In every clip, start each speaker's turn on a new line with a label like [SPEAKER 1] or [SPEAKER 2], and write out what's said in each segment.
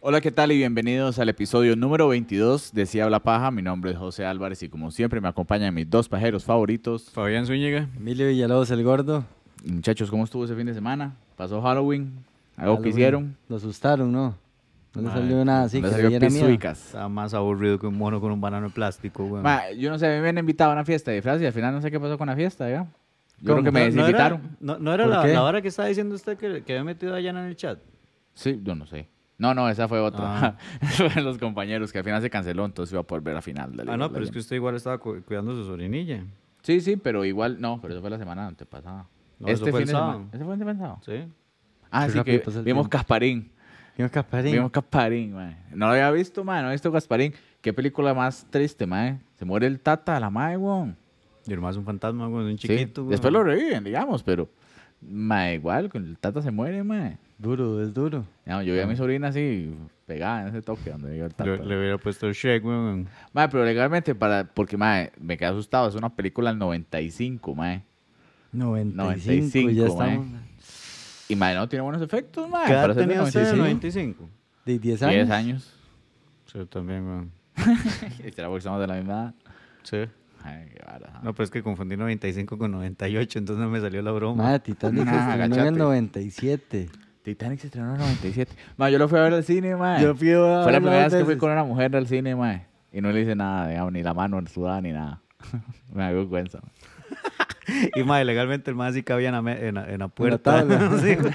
[SPEAKER 1] Hola, ¿qué tal? Y bienvenidos al episodio número 22 de Si Habla Paja. Mi nombre es José Álvarez y como siempre me acompañan mis dos pajeros favoritos.
[SPEAKER 2] Fabián Zúñiga.
[SPEAKER 3] Emilio Villalobos el Gordo.
[SPEAKER 1] Y Muchachos, ¿cómo estuvo ese fin de semana? ¿Pasó Halloween? ¿Algo
[SPEAKER 3] Halloween.
[SPEAKER 1] que hicieron?
[SPEAKER 3] Lo asustaron, ¿no? No le
[SPEAKER 2] Madre,
[SPEAKER 3] salió nada así,
[SPEAKER 1] ¿No
[SPEAKER 3] que
[SPEAKER 1] les
[SPEAKER 3] le
[SPEAKER 1] dio
[SPEAKER 3] diera miedo.
[SPEAKER 1] pisuicas?
[SPEAKER 2] Está más aburrido que un mono con un banano de plástico, güey.
[SPEAKER 1] Ma, yo no sé, a mí me han invitado a una fiesta de disfraz y al final no sé qué pasó con la fiesta, ¿ya? Yo creo que me desinvitaron.
[SPEAKER 2] eh, No, no era
[SPEAKER 3] ¿Por
[SPEAKER 2] la,
[SPEAKER 3] qué?
[SPEAKER 2] la vara que estaba diciendo usted que, que había metido allá en el chat.
[SPEAKER 1] Sí, yo no sé. No, no, esa fue otra.
[SPEAKER 2] Ah.
[SPEAKER 1] Fue los compañeros que al final se canceló, entonces iba a volver a final. de la
[SPEAKER 2] Ah, no,
[SPEAKER 1] Liga de
[SPEAKER 2] pero es que usted igual estaba cu- cuidando su sobrinilla.
[SPEAKER 1] Sí, sí, pero igual, no, pero eso fue la semana antepasada. Este
[SPEAKER 2] No, eso fue el
[SPEAKER 1] de semana-
[SPEAKER 2] sábado.
[SPEAKER 1] ¿Ese fue el sábado?
[SPEAKER 2] Sí.
[SPEAKER 1] Ah,
[SPEAKER 3] Qué
[SPEAKER 1] sí,
[SPEAKER 3] rápido
[SPEAKER 1] que
[SPEAKER 3] pasa el
[SPEAKER 1] vimos
[SPEAKER 3] tiempo.
[SPEAKER 1] Casparín.
[SPEAKER 3] Vimos Casparín.
[SPEAKER 1] Vimos Casparín, mae. No lo había visto, mae. No he visto Casparín. Qué película más triste, mae. Se muere el tata, la mae, weón.
[SPEAKER 2] Mi hermano es un fantasma, güey, es un
[SPEAKER 1] Sí,
[SPEAKER 2] chiquito, güey.
[SPEAKER 1] Después lo reviven, digamos, pero... Mae, igual, con el tata se muere, mae.
[SPEAKER 3] Duro, es duro.
[SPEAKER 1] No, yo vi a mi sobrina así, pegada en ese toque donde llega el tata.
[SPEAKER 2] Ah. Le, le hubiera puesto Shrek, güey.
[SPEAKER 1] Mae, pero legalmente, para, porque, mae, me quedé asustado. Es una película del 95, mae.
[SPEAKER 3] 95, ya
[SPEAKER 1] 95,
[SPEAKER 3] estamos.
[SPEAKER 1] Y, mae, no tiene buenos efectos, mae.
[SPEAKER 2] ¿Qué
[SPEAKER 1] para
[SPEAKER 2] edad
[SPEAKER 1] ser del
[SPEAKER 2] tenía usted en el
[SPEAKER 1] 95.
[SPEAKER 2] 95?
[SPEAKER 3] De 10 años.
[SPEAKER 1] 10 años.
[SPEAKER 2] Sí, también, güey.
[SPEAKER 1] ¿Será porque somos de la misma edad?
[SPEAKER 2] Sí.
[SPEAKER 1] Ay, qué vara, ajá.
[SPEAKER 2] No, pero es que confundí 95 con 98, entonces no me salió la broma.
[SPEAKER 3] Madre, Titanic
[SPEAKER 1] Nah,
[SPEAKER 3] se estrenó en
[SPEAKER 1] agachate.
[SPEAKER 3] el 97.
[SPEAKER 1] Titanic se estrenó en el 97. Ma, yo lo fui a ver al cine, ma.
[SPEAKER 3] Yo fui a
[SPEAKER 1] Fue la
[SPEAKER 3] verlo
[SPEAKER 1] primera vez
[SPEAKER 3] dos
[SPEAKER 1] que fui
[SPEAKER 3] veces.
[SPEAKER 1] con una mujer al cine, ma. Y no le hice nada, digamos, ni la mano sudada ni nada. me da vergüenza. ma.
[SPEAKER 2] Y madre, legalmente el más sí cabía en la, me- en la- en la puerta.
[SPEAKER 3] tabla.
[SPEAKER 2] Sí, güey.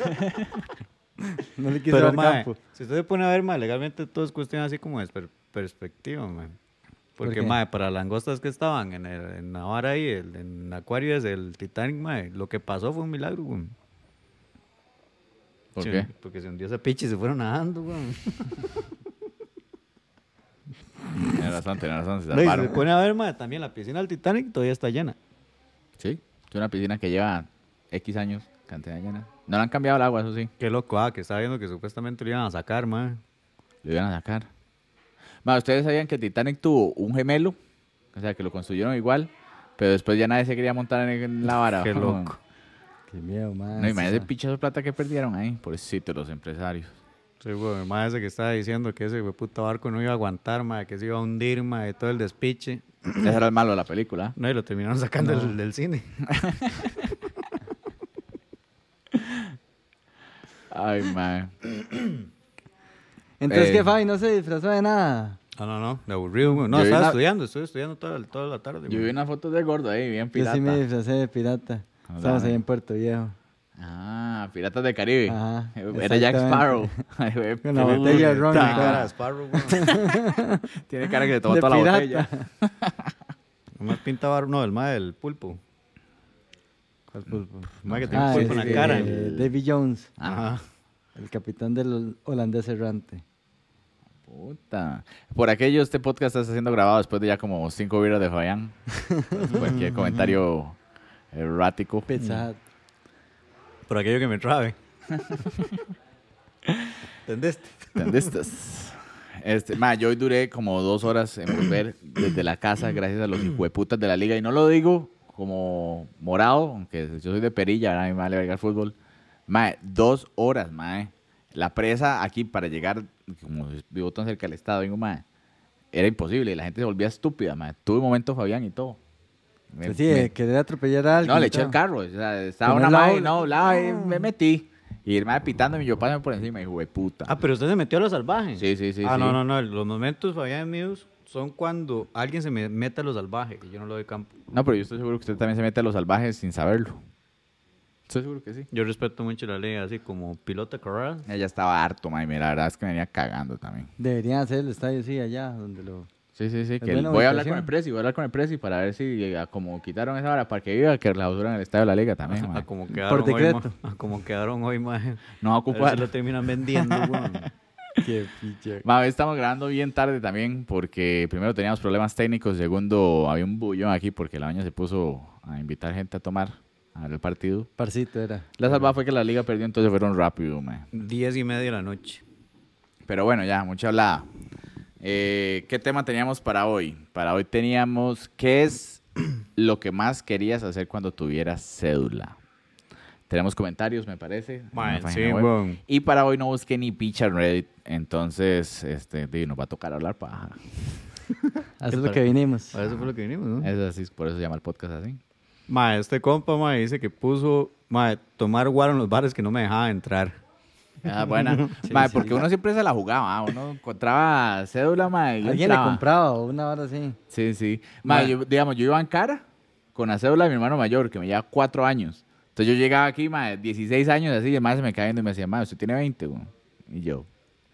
[SPEAKER 3] No le quise
[SPEAKER 2] Pero,
[SPEAKER 3] dar
[SPEAKER 2] mae,
[SPEAKER 3] campo.
[SPEAKER 2] si usted se pone a ver, mae, legalmente todo es cuestión así como de per- perspectiva, mae.
[SPEAKER 3] ¿Por
[SPEAKER 2] Porque,
[SPEAKER 3] qué?
[SPEAKER 2] mae, para las langostas que estaban en, el, en la vara ahí, el- en el acuario desde el Titanic, mae, lo que pasó fue un milagro, güey.
[SPEAKER 1] ¿Por
[SPEAKER 2] Se
[SPEAKER 1] qué?
[SPEAKER 2] hun- Porque se hundió esa pinche y se fueron nadando, güey.
[SPEAKER 1] Tienes razón, tienes razón, se
[SPEAKER 2] No, y si se
[SPEAKER 1] salvaron.
[SPEAKER 2] pone a ver, mae, también la piscina del Titanic todavía está llena.
[SPEAKER 1] Sí, es una piscina que lleva X años, cantidad llena. No le han cambiado el agua, eso sí.
[SPEAKER 2] Qué loco, ah, que estaba viendo que supuestamente lo iban a sacar, mae.
[SPEAKER 1] Lo iban a sacar. Ma, ustedes sabían que Titanic tuvo un gemelo, o sea, que lo construyeron igual, pero después ya nadie se quería montar en- en la vara.
[SPEAKER 2] Qué loco.
[SPEAKER 3] Qué miedo, madre.
[SPEAKER 1] No, imagínate pichas de plata que perdieron ahí, pobrecito los empresarios.
[SPEAKER 2] Sí, güey, el mae ese que estaba diciendo que ese güey, puto barco no iba a aguantar, mae, que se iba a hundir, mae, todo el despiche.
[SPEAKER 1] Ese era el malo de la película.
[SPEAKER 2] No, y lo terminaron sacando del, del cine.
[SPEAKER 1] Ay, man.
[SPEAKER 3] Entonces,
[SPEAKER 1] Eh.
[SPEAKER 3] ¿qué, Fabi? No se disfrazó de nada.
[SPEAKER 2] No, Ah, no, no, de aburrido, güey. No,
[SPEAKER 1] Yo vi
[SPEAKER 2] estaba
[SPEAKER 1] una-
[SPEAKER 2] estudiando, estuve estudiando toda, toda la tarde.
[SPEAKER 1] Yo
[SPEAKER 2] güey.
[SPEAKER 1] vi unas fotos de gordo ahí, bien pirata.
[SPEAKER 3] Yo sí me disfracé de pirata.
[SPEAKER 1] Ah,
[SPEAKER 3] Estamos
[SPEAKER 1] dale.
[SPEAKER 3] ahí en Puerto Viejo.
[SPEAKER 1] Ah, Piratas del Caribe.
[SPEAKER 3] Ajá,
[SPEAKER 1] Era Jack Sparrow. Ay, güey,
[SPEAKER 3] Con la
[SPEAKER 1] tiene-
[SPEAKER 3] botella de ron y
[SPEAKER 2] Tiene
[SPEAKER 1] puta.
[SPEAKER 2] cara de Sparrow, güey.
[SPEAKER 1] Tiene cara que se tomó
[SPEAKER 3] De
[SPEAKER 1] toda la
[SPEAKER 3] pirata.
[SPEAKER 1] botella.
[SPEAKER 2] Nomás pintaba, no, el más del pulpo.
[SPEAKER 3] ¿Cuál pulpo?
[SPEAKER 2] El más que tiene
[SPEAKER 3] Ah,
[SPEAKER 2] un pulpo en
[SPEAKER 3] es
[SPEAKER 2] la cara.
[SPEAKER 3] de Davy Jones,
[SPEAKER 1] Ah.
[SPEAKER 2] Ajá.
[SPEAKER 3] el capitán del holandés errante.
[SPEAKER 1] Puta. Por aquello, este podcast está siendo grabado después de ya como cinco vidas de Fabián. Cualquier comentario errático.
[SPEAKER 3] Pizza Hut.
[SPEAKER 2] Por aquello que me trabe. ¿Entendiste?
[SPEAKER 1] ¿Entendiste? Este, ma, yo hoy duré como dos horas en volver desde la casa gracias a los hijueputas de la liga. Y no lo digo como morado, aunque yo soy de Perilla, ¿verdad? a mí me vale verga el fútbol. Ma, dos horas, mae. La presa aquí para llegar, como vivo tan cerca del estado, digo, ma, era imposible. La gente se volvía estúpida, ma. Tuve un momento Fabián y todo. Me-
[SPEAKER 3] Pues sí,
[SPEAKER 1] me-
[SPEAKER 3] de querer atropellar a alguien.
[SPEAKER 1] no, le eché
[SPEAKER 3] echó
[SPEAKER 1] el carro. o sea, estaba
[SPEAKER 3] Con
[SPEAKER 1] una
[SPEAKER 3] el
[SPEAKER 1] madre,
[SPEAKER 3] lado- Ah.
[SPEAKER 1] no, la, y me metí. Y el mae pitándome y yo pasé por encima y dije, puta.
[SPEAKER 2] Ah, pero usted se metió a los salvajes.
[SPEAKER 1] Sí, sí, sí,
[SPEAKER 2] Ah,
[SPEAKER 1] sí.
[SPEAKER 2] no, no, no. Los momentos, Fabián míos, son cuando alguien se me mete a los salvajes y yo no lo doy campo.
[SPEAKER 1] No, pero yo estoy seguro que usted también se mete a los salvajes sin saberlo. Estoy seguro que sí.
[SPEAKER 2] Yo respeto mucho la ley, así como piloto de carreras.
[SPEAKER 1] Ella estaba harto, mami. La verdad es que me venía cagando también.
[SPEAKER 3] Deberían hacer el estadio, sí, allá, donde lo...
[SPEAKER 1] Sí, sí, sí.
[SPEAKER 3] Es
[SPEAKER 1] Que el-
[SPEAKER 3] buena
[SPEAKER 1] voy a hablar con
[SPEAKER 3] ubicación.
[SPEAKER 1] el Presi, voy a hablar con el Presi para ver si eh, como quitaron esa hora para que viva, que la basura en el estadio de la liga también,
[SPEAKER 2] A
[SPEAKER 1] mae.
[SPEAKER 2] como quedaron
[SPEAKER 3] decreto.
[SPEAKER 2] hoy, ma- a como quedaron hoy, maje.
[SPEAKER 1] No va a
[SPEAKER 2] A ver si
[SPEAKER 1] ocupar.
[SPEAKER 2] lo terminan vendiendo, weón.
[SPEAKER 3] Qué picha.
[SPEAKER 1] Ma, hoy estamos grabando bien tarde también porque primero teníamos problemas técnicos, segundo había un bullón aquí porque la baña se puso a invitar gente a tomar a ver el partido.
[SPEAKER 3] Parcito era.
[SPEAKER 1] La salvada fue que la liga perdió, entonces fueron rápido, mae.
[SPEAKER 2] Diez y media de la noche.
[SPEAKER 1] Pero bueno, ya, mucha hablada. Eh, ¿Qué tema teníamos para hoy? Para hoy teníamos, ¿qué es lo que más querías hacer cuando tuvieras cédula? Tenemos comentarios, me parece. en la
[SPEAKER 2] Mae,
[SPEAKER 1] página
[SPEAKER 2] sí,
[SPEAKER 1] web.
[SPEAKER 2] weón.
[SPEAKER 1] Y para hoy no busqué ni picha en Reddit. Entonces, este, di, nos va a tocar hablar paja.
[SPEAKER 3] A Eso es lo
[SPEAKER 2] para-
[SPEAKER 3] que vinimos.
[SPEAKER 2] Para eso fue lo que vinimos, ¿no?
[SPEAKER 1] Es así, por eso se llama el podcast así.
[SPEAKER 2] Ma, este compa, ma, dice que puso, ma, tomar guaro en los bares que no me dejaba entrar.
[SPEAKER 1] Ah, buena.
[SPEAKER 3] Sí,
[SPEAKER 1] Mae,
[SPEAKER 3] sí.
[SPEAKER 1] porque uno siempre se la jugaba. ah, Uno encontraba cédula, mae. y
[SPEAKER 3] Alguien le
[SPEAKER 1] entraba.
[SPEAKER 3] compraba o una hora así.
[SPEAKER 1] Sí, sí. Mae,
[SPEAKER 2] Mae.
[SPEAKER 1] yo, digamos, yo iba en cara con la cédula de mi hermano mayor, que me lleva cuatro años. Entonces yo llegaba aquí, mae, 16 años, así, y además se me cae viendo y me decía, mae, usted tiene 20, güey. Y yo,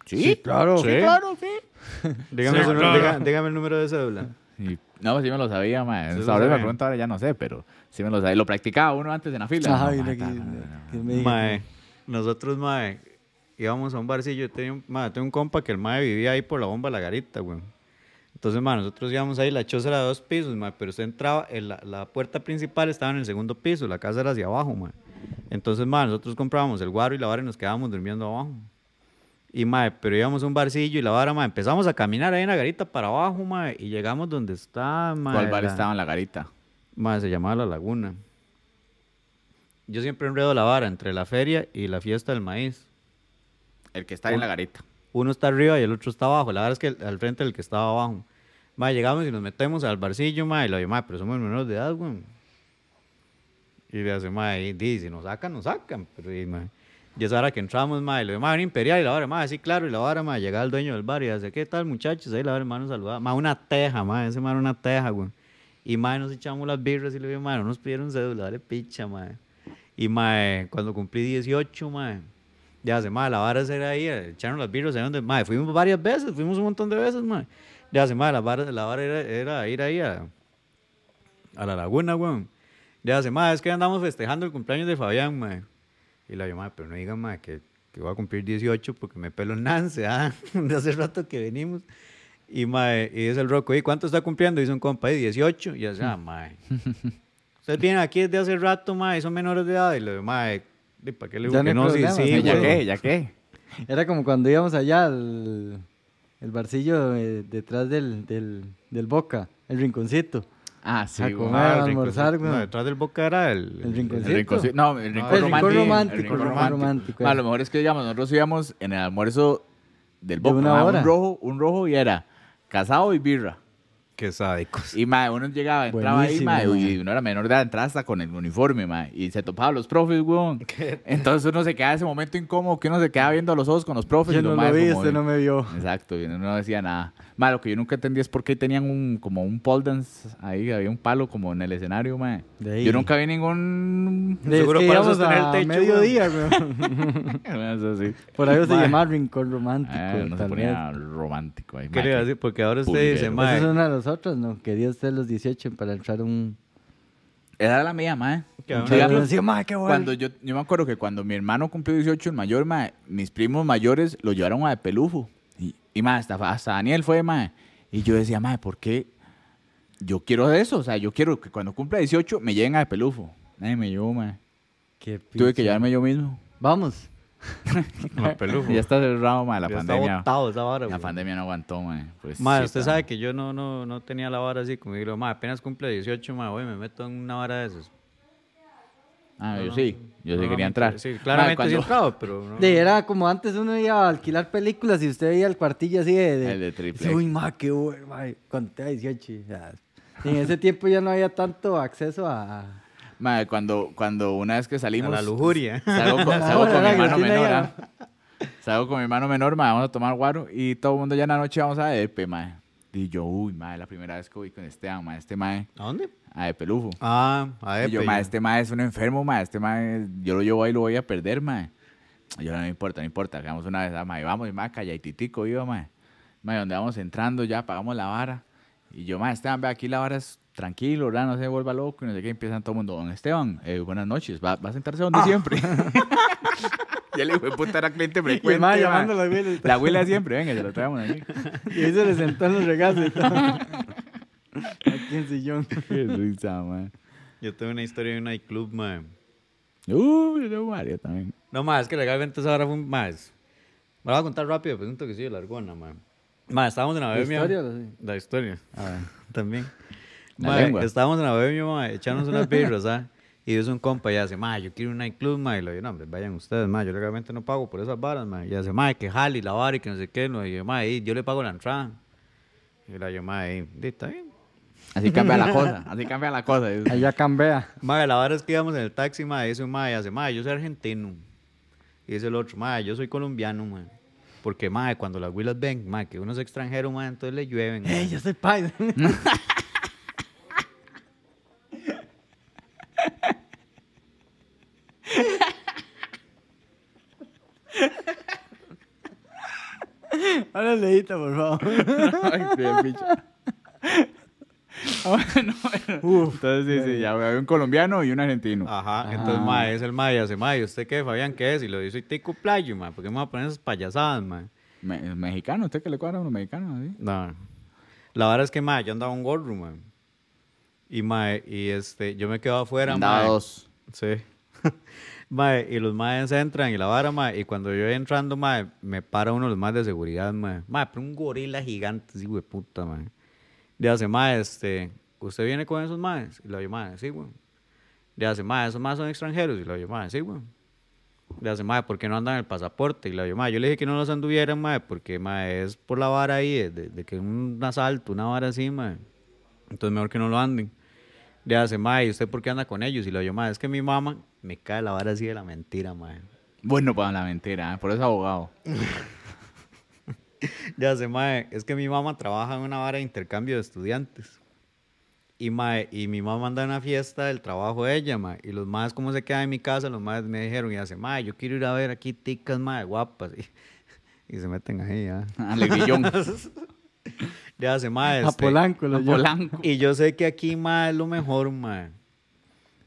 [SPEAKER 1] sí,
[SPEAKER 3] claro.
[SPEAKER 1] Oh, sí,
[SPEAKER 2] Sí.
[SPEAKER 1] claro, sí.
[SPEAKER 2] Dígame,
[SPEAKER 4] Sí,
[SPEAKER 2] su-
[SPEAKER 4] claro.
[SPEAKER 2] diga- dígame el número de cédula.
[SPEAKER 1] Y, no, sí me lo sabía, mae.
[SPEAKER 2] Sí lo
[SPEAKER 1] ahora me
[SPEAKER 2] sabía.
[SPEAKER 1] pregunto, ahora ya no sé, pero sí me lo sabía. Lo practicaba uno antes en la fila.
[SPEAKER 3] Ajá,
[SPEAKER 1] No,
[SPEAKER 3] y
[SPEAKER 1] mae,
[SPEAKER 3] le-
[SPEAKER 1] ta,
[SPEAKER 3] que-
[SPEAKER 1] ta, ta, ta.
[SPEAKER 3] que me diga.
[SPEAKER 2] Mae, nosotros, mae, íbamos a un barcillo. Yo tenía un, mae, tengo un compa que el mae vivía ahí por la bomba La Garita, güey. Entonces, mae, nosotros íbamos ahí, la choza era de dos pisos, mae, pero usted entraba, en la, la puerta principal estaba en el segundo piso, la casa era hacia abajo, mae. Entonces, mae, nosotros comprábamos el guaro y la vara y nos quedábamos durmiendo abajo. Y, mae, pero íbamos a un barcillo y la vara, mae, empezamos a caminar ahí en la garita para abajo, mae, y llegamos donde está, mae.
[SPEAKER 1] ¿Cuál bar
[SPEAKER 2] la-
[SPEAKER 1] estaba en la garita?
[SPEAKER 2] Mae, se llamaba La Laguna. Yo siempre enredo la vara entre la feria y la fiesta del maíz.
[SPEAKER 1] El que está ahí en la garita.
[SPEAKER 2] Uno está arriba y el otro está abajo. La verdad es que el- al frente del que estaba abajo. Mae, llegamos y nos metemos al barcillo, mae, y lo digo, mae, pero somos menores de edad, güey. Y le hace, mae, y di, si nos sacan, nos sacan. Pero, y, mae, y esa hora que entramos, mae, y le digo, mae, un imperial, y la vara, mae, sí, claro, y la vara, mae, llega el dueño del bar y dice, ¿qué tal, muchachos? Ahí la vara, hermano, saludaba. Mae, una teja, mae, ese mae era una teja, güey. Y, mae, nos echamos las birras y le digo, mae, no nos pidieron cédula, dale picha, mae. Y, mae, cuando cumplí 18, mae, ya se, mae, la vara era ahí, eh, echaron las birras, ahí donde, mae, fuimos varias veces, fuimos un montón de veces, mae. Ya se, mae, la vara, la vara era, era ir ahí a a la laguna, weón. Ya hace, más es que andamos festejando el cumpleaños de Fabián, mae. Y la llamada, pero no digan, mae, que, que voy a cumplir 18 porque me pelo Nance, ¿ah? De hace rato que venimos. Y, mae, y es el roco, ¿y cuánto está cumpliendo? Dice un compa, "Y 18. Y hace, ah, mae. Ustedes vienen aquí desde hace rato, mae, y son menores de edad. Y le digo, mae, ¿y ¿para qué le digo
[SPEAKER 3] Ya no
[SPEAKER 2] que
[SPEAKER 3] hay
[SPEAKER 2] no? Sí,
[SPEAKER 3] problema,
[SPEAKER 2] sí,
[SPEAKER 3] ¿no?
[SPEAKER 1] ¿Ya
[SPEAKER 2] weón.
[SPEAKER 1] qué? ¿Ya qué?
[SPEAKER 3] Era como cuando íbamos allá al el barcillo eh, detrás del, del, del Boca, el rinconcito.
[SPEAKER 1] Ah, sí,
[SPEAKER 3] A
[SPEAKER 1] güey.
[SPEAKER 3] comer.
[SPEAKER 2] Ah, el
[SPEAKER 3] a almorzar,
[SPEAKER 2] rinconcito.
[SPEAKER 3] weón.
[SPEAKER 2] No, detrás del boca era el...
[SPEAKER 3] El rinconcito.
[SPEAKER 1] El rinconcito. No, el rincón
[SPEAKER 2] el rincón
[SPEAKER 1] romántico.
[SPEAKER 3] romántico,
[SPEAKER 1] El rincón
[SPEAKER 3] el Ah, rincón
[SPEAKER 1] romántico.
[SPEAKER 3] romántico,
[SPEAKER 1] Ma,
[SPEAKER 3] eh.
[SPEAKER 1] lo mejor es que, digamos, nosotros íbamos en el almuerzo del
[SPEAKER 3] De
[SPEAKER 1] Boca.
[SPEAKER 3] una
[SPEAKER 1] ma,
[SPEAKER 3] hora.
[SPEAKER 1] Un rojo, un rojo y era casado y birra.
[SPEAKER 2] Qué sádicos.
[SPEAKER 1] Y, ma, uno llegaba, entraba
[SPEAKER 3] Buenísimo,
[SPEAKER 1] ahí, ma,
[SPEAKER 3] ma.
[SPEAKER 1] y uno era menor de edad, entraba hasta con el uniforme, ma, y se topaba a los profes, weón. Entonces uno se queda en ese momento incómodo que uno se queda viendo a los ojos con los profes.
[SPEAKER 3] Yo
[SPEAKER 1] y los
[SPEAKER 3] no
[SPEAKER 1] maes
[SPEAKER 3] lo vi,
[SPEAKER 1] como-
[SPEAKER 3] este no me vio.
[SPEAKER 1] Exacto, y uno no decía nada. Ma, lo que yo nunca entendí es por qué tenían un, como un pole dance ahí, había un palo como en el escenario, ma.
[SPEAKER 3] De ahí.
[SPEAKER 1] Yo nunca vi ningún...
[SPEAKER 3] Es
[SPEAKER 2] Seguro
[SPEAKER 3] que
[SPEAKER 2] para
[SPEAKER 3] íbamos
[SPEAKER 2] sostener
[SPEAKER 3] a
[SPEAKER 2] el techo,
[SPEAKER 3] mediodía, weón.
[SPEAKER 1] Eso sí.
[SPEAKER 3] Por ahí se
[SPEAKER 2] Mae.
[SPEAKER 3] llamaba rincón romántico.
[SPEAKER 1] Ah, no se
[SPEAKER 3] tal vez.
[SPEAKER 1] ponía romántico ahí.
[SPEAKER 2] ¿Qué le iba a decir? Porque ahora usted
[SPEAKER 1] Pulguero.
[SPEAKER 2] dice,
[SPEAKER 3] Esa
[SPEAKER 2] mae...
[SPEAKER 3] Pues es una de las otras, ¿no? Quería usted los 18 para entrar a un...
[SPEAKER 1] Era la mía, mae.
[SPEAKER 2] Que a uno
[SPEAKER 1] Digamos,
[SPEAKER 3] Yo decía, "Mae, qué bueno".
[SPEAKER 1] cuando yo, yo me acuerdo que cuando mi hermano cumplió 18, el mayor, mae, mis primos mayores lo llevaron a de pelufo. Y, y mae, hasta, hasta Daniel fue, mae. Y yo decía, mae, ¿por qué yo quiero eso? O sea, yo quiero que cuando cumpla 18 me lleguen a de pelufo. Nadie me llevó, mae.
[SPEAKER 3] Qué
[SPEAKER 1] Tuve
[SPEAKER 3] picha.
[SPEAKER 1] que llevarme yo mismo.
[SPEAKER 3] Vamos.
[SPEAKER 2] No, pelufo.
[SPEAKER 1] Ya está cerrado, mae, la
[SPEAKER 2] Ya está
[SPEAKER 1] pandemia.
[SPEAKER 2] botado esa vara,
[SPEAKER 1] La
[SPEAKER 2] güey.
[SPEAKER 1] pandemia no aguantó, mae. Pues,
[SPEAKER 2] Mae,
[SPEAKER 1] sí,
[SPEAKER 2] usted
[SPEAKER 1] está-
[SPEAKER 2] sabe que yo no, no, no tenía la vara así, como digo, mae, apenas cumple 18, mae, hoy me meto en una vara de esas.
[SPEAKER 1] Ah, yo
[SPEAKER 2] No,
[SPEAKER 1] sí. Yo sí
[SPEAKER 2] no,
[SPEAKER 1] quería
[SPEAKER 2] no,
[SPEAKER 1] entrar.
[SPEAKER 2] Sí,
[SPEAKER 1] Mae,
[SPEAKER 2] claramente sí
[SPEAKER 1] cuando-
[SPEAKER 2] entraba, pero no.
[SPEAKER 3] De, era como antes uno iba a alquilar películas y usted veía el cuartillo así de...
[SPEAKER 1] El de triple.
[SPEAKER 3] Uy, ma, qué bueno, ma. Cuando tenía 18. y, ah, En ese tiempo ya no había tanto acceso a...
[SPEAKER 1] Madre, cuando, cuando una vez que salimos.
[SPEAKER 2] A la lujuria.
[SPEAKER 1] Salgo con, salgo
[SPEAKER 3] Ahora,
[SPEAKER 1] con mi
[SPEAKER 3] la
[SPEAKER 1] hermano
[SPEAKER 3] guillotina
[SPEAKER 1] menor.
[SPEAKER 3] ya.
[SPEAKER 1] ah. Salgo con mi hermano menor, madre, vamos a tomar guaro. Y todo el mundo ya en la noche vamos a Epe, madre. Y yo, uy, madre, la primera vez que voy con Esteban, madre, este madre,
[SPEAKER 2] ¿A dónde?
[SPEAKER 1] a Epe Lufo.
[SPEAKER 2] Ah, a
[SPEAKER 1] Y yo,
[SPEAKER 2] Epe.
[SPEAKER 1] madre, este madre es un enfermo, madre, este madre, yo lo llevo ahí y lo voy a perder, madre. Y Yo, no me importa, no importa, hagamos una vez, ah, madre, vamos, y madre, callaititico, iba, madre. Madre, donde vamos entrando ya, apagamos la vara. Y yo, madre, Esteban, ve aquí la vara es tranquilo, ¿verdad? No se vuelva loco y no sé qué. Empiezan todo el mundo, don Esteban, eh, buenas noches, va, va a sentarse donde siempre. ya le dije, puta, era cliente frecuente.
[SPEAKER 3] Y más
[SPEAKER 1] mae.
[SPEAKER 3] llamando a la abuela y todo.
[SPEAKER 1] La abuela de siempre, venga, se lo traemos aquí.
[SPEAKER 3] Y ahí se le sentó en los regazos y todo. Aquí en sillón.
[SPEAKER 1] Qué risa, madre.
[SPEAKER 2] Yo tengo una historia de un nightclub, mae.
[SPEAKER 1] Uh, yo tengo Mario también.
[SPEAKER 2] No, mae, es que legalmente esa vara fue un. Mae, es- me la voy a contar rápido, pues siento que soy largona, mae. Mae, estábamos en la
[SPEAKER 3] ¿La
[SPEAKER 2] bohemia.
[SPEAKER 3] historia o sí?
[SPEAKER 2] La historia. También.
[SPEAKER 1] La
[SPEAKER 2] Mae,
[SPEAKER 1] lengua.
[SPEAKER 2] estábamos en la bohemia, mae, echándonos unas birras, ¿ah? Y dice un compa y hace, ma, yo quiero un nightclub, ma. Y le digo, no, hombre, vayan ustedes, ma. Yo legalmente no pago por esas varas, ma. Y hace, ma, que jale y la vara y que no sé qué. No, y yo, ma, y yo le pago la entrada. Y le digo, ma, y, "Di, está bien.
[SPEAKER 1] Así cambia la cosa, así cambia la cosa.
[SPEAKER 3] Allá cambia.
[SPEAKER 2] Mae, la verdad es que íbamos en el taxi, mae, dice un mae, hace, mae, yo soy argentino. Y dice el otro, mae, yo soy colombiano, mae. Porque, mae, cuando las huilas ven, mae, que uno es extranjero, mae, entonces le llueven. mae.
[SPEAKER 3] Ey, yo soy paisa. Ahora leíta, por favor.
[SPEAKER 1] Ay, qué picha. Ah, bueno, bueno. Entonces, sí, sí, ya había un colombiano y un argentino.
[SPEAKER 2] Ajá, entonces, mae, es el mae, hace, mae, ¿usted qué, Fabián, qué es? Y lo dice, tico playo, mae, ¿por qué me va a poner esas payasadas, mae?
[SPEAKER 1] Me- mexicano, ¿usted que le cuadra a uno mexicano? así?
[SPEAKER 2] No. La verdad es que, mae, yo andaba en un gorro, mae. Y, mae, y este, yo me quedaba afuera,
[SPEAKER 1] Andaba
[SPEAKER 2] mae.
[SPEAKER 1] dos.
[SPEAKER 2] Sí. Mae, y los maes entran y la vara, mae, y cuando yo voy entrando, mae, me para uno de los maes de seguridad, mae. Mae, pero un gorila gigante, así, güey, puta, mae. Le hace, mae, este, ¿usted viene con esos maes? Y le digo, mae, sí, güey. Le hace, mae, esos maes son extranjeros. Y le digo, mae, sí, güey. Le hace, mae, ¿por qué no andan el pasaporte? Y le digo, mae, yo le dije que no los anduvieran, mae, porque, mae, es por la vara ahí, de, de- de que un asalto, una vara así, mae. Entonces, mejor que no lo anden. Le hace, mae, ¿y usted por qué anda con ellos? Y le digo, mae, es que mi mamá me cae la vara así de la mentira, mae.
[SPEAKER 1] Bueno, para la mentira, ¿eh? por eso abogado.
[SPEAKER 2] Le hace, mae, es que mi mamá trabaja en una vara de intercambio de estudiantes. Y, mae, y mi mamá anda a una fiesta del trabajo de ella, mae. Y los maes, ¿cómo se queda en mi casa? Los maes me dijeron, y hace, mae, yo quiero ir a ver aquí ticas, mae, guapas. Y, y se meten ahí, ya.
[SPEAKER 1] Alegrillón.
[SPEAKER 2] Le hace, mae,
[SPEAKER 3] A
[SPEAKER 2] este,
[SPEAKER 3] Polanco. lo
[SPEAKER 1] A
[SPEAKER 3] llevo.
[SPEAKER 1] Polanco.
[SPEAKER 2] Y yo sé que aquí, mae, es lo mejor, mae.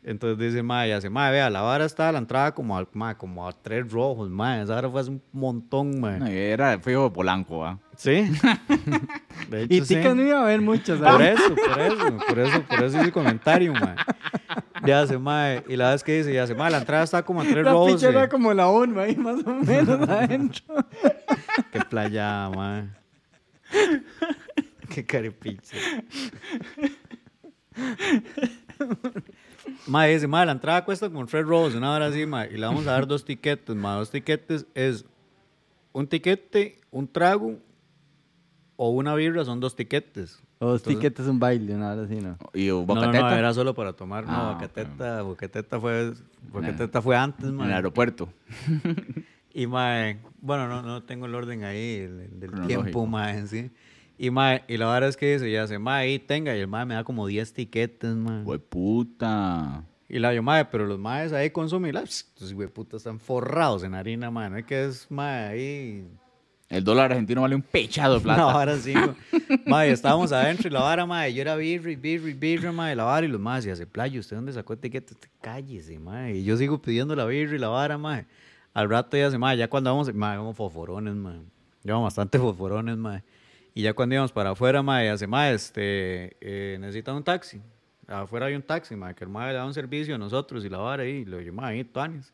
[SPEAKER 2] Entonces dice, mae, y hace, mae, vea, la vara está a la entrada como a, mae, como a tres rojos, mae. Esa vara fue hace un montón, mae.
[SPEAKER 1] No, era fijo de Polanco, ¿ah?
[SPEAKER 2] Sí. De hecho,
[SPEAKER 3] Y
[SPEAKER 2] sí. Ah,
[SPEAKER 3] ticas no iba a haber muchas.
[SPEAKER 2] Por
[SPEAKER 3] ¿sabes?
[SPEAKER 2] eso, por eso, por eso, por eso hice el comentario, mae. Ya hace, mae. Y la vez que dice, ya hace, mae, la entrada está como a tres
[SPEAKER 3] La
[SPEAKER 2] rojos.
[SPEAKER 3] picha era
[SPEAKER 2] eh.
[SPEAKER 3] como la ONU ahí, más o menos, adentro.
[SPEAKER 2] Qué playa, mae. Qué carepiche. Mae dice, mae, la entrada cuesta como tres rojos, una hora así, mae. Y le vamos a dar dos tiquetes, mae. Dos tiquetes es un tiquete, un trago o una birra, son dos tiquetes.
[SPEAKER 3] O los
[SPEAKER 2] Entonces-
[SPEAKER 3] tiquetes un baile, una hora así, ¿no?
[SPEAKER 1] Y un
[SPEAKER 2] No, no,
[SPEAKER 1] Bocateta
[SPEAKER 2] no, era solo para tomar. No,
[SPEAKER 1] Ah, ok.
[SPEAKER 2] Bocateta, Bocateta fue, Bocateta fue antes,
[SPEAKER 1] en el
[SPEAKER 2] mae.
[SPEAKER 1] aeropuerto.
[SPEAKER 2] Y mae, bueno, no, no tengo el orden ahí del, del
[SPEAKER 1] Cronológico.
[SPEAKER 2] tiempo, mae, sí. Y mae, y la verdad es que dice, ya hace, mae, ahí tenga, y el mae me da como 10 tiquetes, mae.
[SPEAKER 1] Güey, puta.
[SPEAKER 2] Y la yo, mae, pero los maes ahí consumen, y la, pss, estos güey putas están forrados en harina, mae, no es que es, mae, ahí
[SPEAKER 1] El dólar argentino vale un pechado de plata.
[SPEAKER 2] La vara sí, güey. Mae, estábamos adentro y la vara, mae, yo era birri, birri, birri, mae, la vara y los más, y hace playo, ¿usted dónde sacó etiqueta? Usted cállese, mae. Y yo sigo pidiendo la birri y la vara, mae. Al rato ya hace, mae, ya cuando vamos, mae, vamos fosforones, mae. Llevamos bastante fosforones, mae. Y ya cuando íbamos para afuera, mae, hace, mae, este, eh, necesitan un taxi. Afuera hay un taxi, mae, que el mae le da un servicio a nosotros y la vara ahí, y lo yo, mae, ahí, tuanes.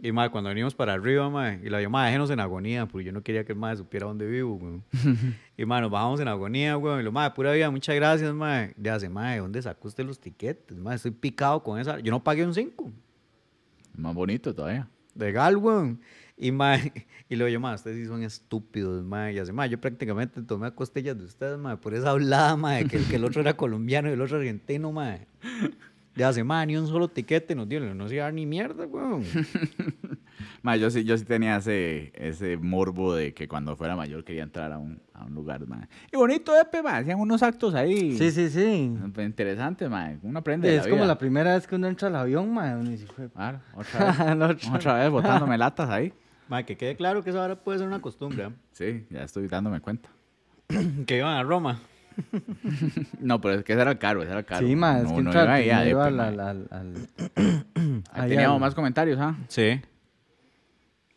[SPEAKER 2] Y mae, cuando venimos para arriba, mae, y la yo, mae, déjenos en agonía, porque yo no quería que el mae supiera dónde vivo, güey. y mae, nos bajamos en agonía, güey. Y lo, mae, pura vida, muchas gracias, mae. Le hace, mae, ¿dónde sacó usted los tiquetes? Mae, estoy picado con esa. Yo no pagué un 5
[SPEAKER 1] Más bonito todavía.
[SPEAKER 2] de gal, güey. Y mae, y luego yo, mae, ustedes sí son estúpidos, mae. Y hace, mae, yo prácticamente tomé a costillas de ustedes, mae, por esa hablada, mae, que, el- que el otro era colombiano y el otro argentino, mae. Le hace, mae, ni un solo tiquete nos dio, Le digo, no se iba a dar ni mierda, güey.
[SPEAKER 1] Ma, yo sí, yo sí tenía ese, ese morbo de que cuando fuera mayor quería entrar a un, a un lugar, ma. Y bonito, Epe, ma. Hacían unos actos ahí.
[SPEAKER 3] Sí, sí, sí.
[SPEAKER 1] Interesantes, ma. Uno aprende de
[SPEAKER 3] Es
[SPEAKER 1] la
[SPEAKER 3] como
[SPEAKER 1] vida.
[SPEAKER 3] la primera vez que uno entra al avión, man. Uno dice, "Jue-
[SPEAKER 1] Claro, otra vez.
[SPEAKER 3] El otro.
[SPEAKER 1] Otra vez botándome latas ahí.
[SPEAKER 2] Mae, que quede claro que esa hora puede ser una costumbre. ¿ah?
[SPEAKER 1] Sí, ya estoy dándome cuenta.
[SPEAKER 2] que iban a Roma.
[SPEAKER 1] No, pero es que ese era el caro, ese era el caro.
[SPEAKER 3] Sí, ma, es
[SPEAKER 1] No,
[SPEAKER 3] que
[SPEAKER 1] no
[SPEAKER 3] entrar
[SPEAKER 1] iba ahí a
[SPEAKER 3] primero
[SPEAKER 1] Epe,
[SPEAKER 3] al-
[SPEAKER 1] ma.
[SPEAKER 3] al- al- al-
[SPEAKER 1] Ahí
[SPEAKER 3] ahí
[SPEAKER 1] teníamos
[SPEAKER 3] al-
[SPEAKER 1] más comentarios, ¿ah?
[SPEAKER 2] Sí.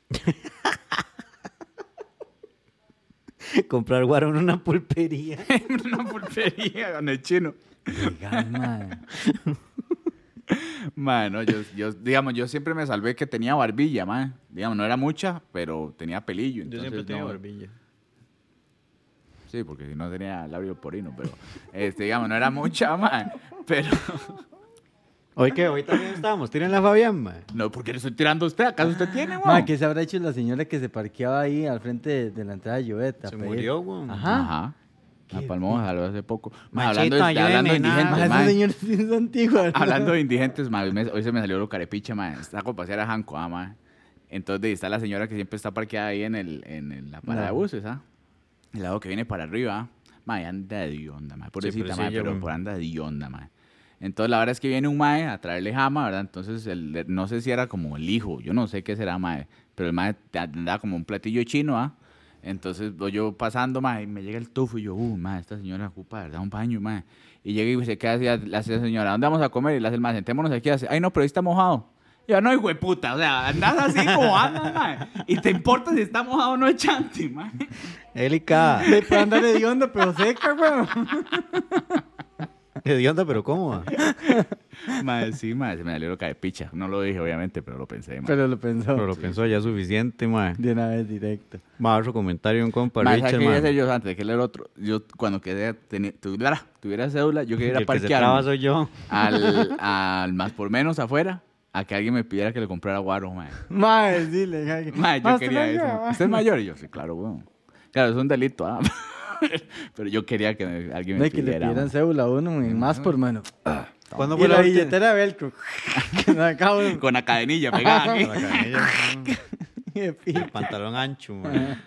[SPEAKER 2] Comprar guaro en una pulpería.
[SPEAKER 1] Una pulpería con el chino.
[SPEAKER 3] Legal, ma.
[SPEAKER 1] Mano, yo, yo, digamos, yo siempre me salvé que tenía barbilla, man. Digamos, no era mucha, pero tenía pelillo.
[SPEAKER 2] Yo
[SPEAKER 1] entonces
[SPEAKER 2] siempre tenía
[SPEAKER 1] no-
[SPEAKER 2] barbilla.
[SPEAKER 1] Sí, porque si no tenía labio porino, pero, este, digamos, no era mucha, man. Pero,
[SPEAKER 2] Hoy que hoy también estábamos, tírenla a Fabián, mae.
[SPEAKER 1] No, porque le estoy tirando a usted. ¿Acaso usted tiene, weón?
[SPEAKER 3] Ma, ¿qué se habrá hecho la señora que se parqueaba ahí al frente de, de la entrada de Llobet? a
[SPEAKER 2] Se
[SPEAKER 3] pedir?
[SPEAKER 2] murió, weón.
[SPEAKER 3] Ajá.
[SPEAKER 1] Ajá. La palmó jaló hace poco. Ma,
[SPEAKER 2] Machito,
[SPEAKER 1] hablando, de,
[SPEAKER 2] ayúdeme,
[SPEAKER 1] hablando de
[SPEAKER 2] nada.
[SPEAKER 1] indigentes,
[SPEAKER 3] Ma,
[SPEAKER 1] ma,
[SPEAKER 3] esa señora sí es antigua. ¿verdad?
[SPEAKER 1] Hablando de indigentes, ma, hoy me- hoy se me salió lo carepiche, ma. Está con pasear a Hanco, ah, ma. Entonces de ahí está la señora que siempre está parqueada ahí en, el, en el- la parada de
[SPEAKER 3] No.
[SPEAKER 1] buses, ¿ah? El lado que viene para arriba, ah. ma, y anda de onda, ma. Pobrecita,
[SPEAKER 2] pero sí
[SPEAKER 1] ma,
[SPEAKER 2] llega
[SPEAKER 1] pero
[SPEAKER 2] un-
[SPEAKER 1] por anda de onda, ma. Entonces la verdad es que viene un mae a traerle jama, ¿verdad? Entonces el- no sé si era como el hijo, yo no sé qué será, mae. Pero el mae te- andaba como un platillo chino, ¿ah? Entonces voy yo pasando, mae, y me llega el tufo y yo, uh, mae, esta señora ocupa, ¿verdad? Un baño, mae. Y llega y se queda así, a- la hace la señora, ¿dónde vamos a comer? Y le hace el mae, sentémonos aquí, hace, ay, no, pero ahí está mojado. Y Yo, no, hijo de puta, o sea, andas así como andas, mae. Y te importa si está mojado o no, chante, mae.
[SPEAKER 2] Élica.
[SPEAKER 3] Le puede andar de onda, pero seca, weón.
[SPEAKER 2] Hedionda, pero cómo,
[SPEAKER 1] Mae, sí, mae, se me salió loca de picha. No lo dije, obviamente, pero lo pensé, mae.
[SPEAKER 3] Pero lo pensó.
[SPEAKER 2] Pero lo pensó ya suficiente, mae.
[SPEAKER 3] De una vez directo.
[SPEAKER 2] Más otro comentario, un compa,
[SPEAKER 1] Más
[SPEAKER 2] Richard,
[SPEAKER 1] que iba a
[SPEAKER 2] mae.
[SPEAKER 1] hacer yo antes de que leer otro. Yo cuando quedé, teni- tuviera, tuviera cédula, yo quería ir
[SPEAKER 2] El
[SPEAKER 1] a
[SPEAKER 2] que se traba
[SPEAKER 1] parquear
[SPEAKER 2] soy yo.
[SPEAKER 1] al, al más por menos afuera a que alguien me pidiera que le comprara guaro, mae.
[SPEAKER 3] Ma, sí, le cae.
[SPEAKER 1] Mae, yo
[SPEAKER 3] Ma, usted
[SPEAKER 1] quería
[SPEAKER 3] no
[SPEAKER 1] eso. pues,
[SPEAKER 3] lleva, ma.
[SPEAKER 1] ¿Usted es mayor? Y yo, sí, claro, weón. Claro, es un delito, ah. Pero yo quería que me- alguien
[SPEAKER 3] No,
[SPEAKER 1] me
[SPEAKER 3] y que le
[SPEAKER 1] pidiera. mae.
[SPEAKER 3] pidieran cédula a uno, y más por mano.
[SPEAKER 2] ¿Cuándo
[SPEAKER 3] y
[SPEAKER 2] fue
[SPEAKER 3] la
[SPEAKER 2] la última?
[SPEAKER 3] billetera Belco. que nos acabo de...
[SPEAKER 1] Con la cadenilla pegada aquí.
[SPEAKER 2] La canilla,
[SPEAKER 3] de
[SPEAKER 2] mae.
[SPEAKER 3] pi-
[SPEAKER 2] El pantalón ancho, mae.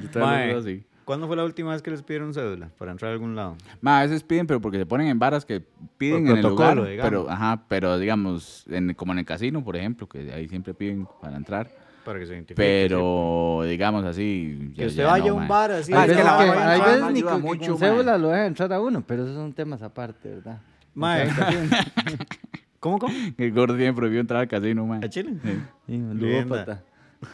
[SPEAKER 1] Yo todavía lo uso así.
[SPEAKER 2] ¿Cuándo fue la última vez que les pidieron cédula para entrar a algún lado?
[SPEAKER 1] Ma, a veces piden, pero porque se ponen en varas que piden
[SPEAKER 2] Por
[SPEAKER 1] en el lugar.
[SPEAKER 2] protocolo, digamos.
[SPEAKER 1] Pero, ajá, pero digamos, en- como en el casino, por ejemplo, que ahí siempre piden para entrar.
[SPEAKER 2] Para que se identifique.
[SPEAKER 1] Pero, digamos así.
[SPEAKER 2] Que usted vaya a un bar así.
[SPEAKER 1] Ah,
[SPEAKER 3] Hay
[SPEAKER 1] es que
[SPEAKER 3] veces,
[SPEAKER 1] la
[SPEAKER 3] que-
[SPEAKER 1] barba
[SPEAKER 3] hay
[SPEAKER 1] entra,
[SPEAKER 3] veces
[SPEAKER 1] ma,
[SPEAKER 3] ni
[SPEAKER 1] ayuda
[SPEAKER 3] con, que
[SPEAKER 1] mucho,
[SPEAKER 3] con
[SPEAKER 1] ma.
[SPEAKER 3] cédula lo dejan entrar a uno, pero esos son temas aparte, ¿verdad?
[SPEAKER 2] Mae, ¿Cómo, cómo?
[SPEAKER 1] El gordo tiene prohibido entrar al casino, man.
[SPEAKER 2] ¿A Chile?
[SPEAKER 3] Sí, un
[SPEAKER 2] Leyenda.
[SPEAKER 3] ludópata.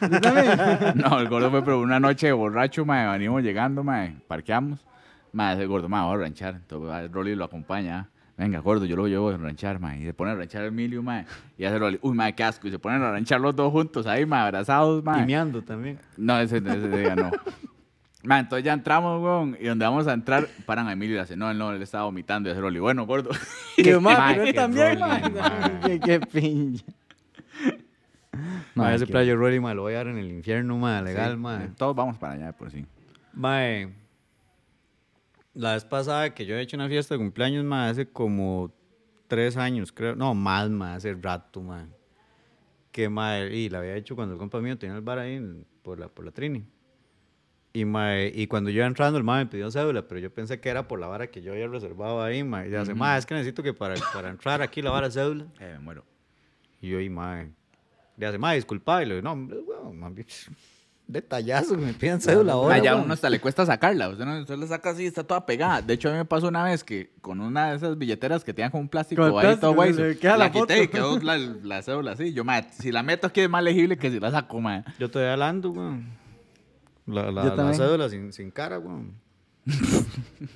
[SPEAKER 3] Yo también.
[SPEAKER 1] No, el gordo fue por una noche de borracho, man. Venimos llegando, man. Parqueamos. Man, ese gordo, man, vamos a ranchar. Entonces, va, Rolly lo acompaña. ah. Venga, gordo, yo lo llevo a ranchar, man. Y se pone a ranchar Emilio, man. Y hace Rolly, uy, man, qué asco. Y se ponen a ranchar los dos juntos ahí, man, abrazados,
[SPEAKER 2] Y
[SPEAKER 1] man.
[SPEAKER 2] meando también.
[SPEAKER 1] No, ese, ese día no. Man, entonces ya entramos, weón, y donde vamos a entrar, paran a Emilio y le hacen, no, él no, él estaba vomitando, y hace Rolly, bueno, gordo.
[SPEAKER 3] Y yo, ma,
[SPEAKER 1] Mae, este
[SPEAKER 3] pero él
[SPEAKER 1] qué
[SPEAKER 3] también,
[SPEAKER 1] Rolly,
[SPEAKER 3] ma.
[SPEAKER 1] mae.
[SPEAKER 3] Qué- Qué pinche.
[SPEAKER 2] Mae, ese
[SPEAKER 3] qué-
[SPEAKER 2] playo Rolly, mae, lo voy a dar en el infierno, mae, legal,
[SPEAKER 1] Sí,
[SPEAKER 2] mae.
[SPEAKER 1] Todos vamos para allá, por sí.
[SPEAKER 2] Mae, la vez pasada que yo he hecho una fiesta de cumpleaños, mae, hace como tres años, creo. No, más, mae, hace rato, mae. Que, mae, y la había hecho cuando el compa mío tenía el bar ahí en- por la, por la Trini. Y, mae, y cuando yo iba entrando, el mae me pidió cédula, pero yo pensé que era por la vara que yo había reservado ahí, mae. Y le hace, mae, es que necesito que para, para entrar aquí la vara cédula.
[SPEAKER 1] Eh, me muero.
[SPEAKER 2] Y yo, y mae. Le hace, mae, disculpa. Y le digo, no, hombre, weón, mami, detallazo, me piden cédula ahora.
[SPEAKER 1] Ah, ya
[SPEAKER 2] weón".
[SPEAKER 1] uno hasta le cuesta sacarla, usted, no, usted la saca así, está toda pegada. De hecho, a mí me pasó una vez que con una de esas billeteras que tenían con un plástico
[SPEAKER 3] Con el
[SPEAKER 1] ahí todo
[SPEAKER 3] plástico,
[SPEAKER 1] guay,
[SPEAKER 3] se
[SPEAKER 1] la,
[SPEAKER 3] queda la
[SPEAKER 1] quité
[SPEAKER 3] foto.
[SPEAKER 1] y quedó la, la cédula así. Yo, ma, si la meto aquí es más legible que si la saco, ma.
[SPEAKER 2] Yo todavía la ando, weón. La, la,
[SPEAKER 3] Yo
[SPEAKER 2] la
[SPEAKER 3] también.
[SPEAKER 2] cédula sin, sin cara, weón.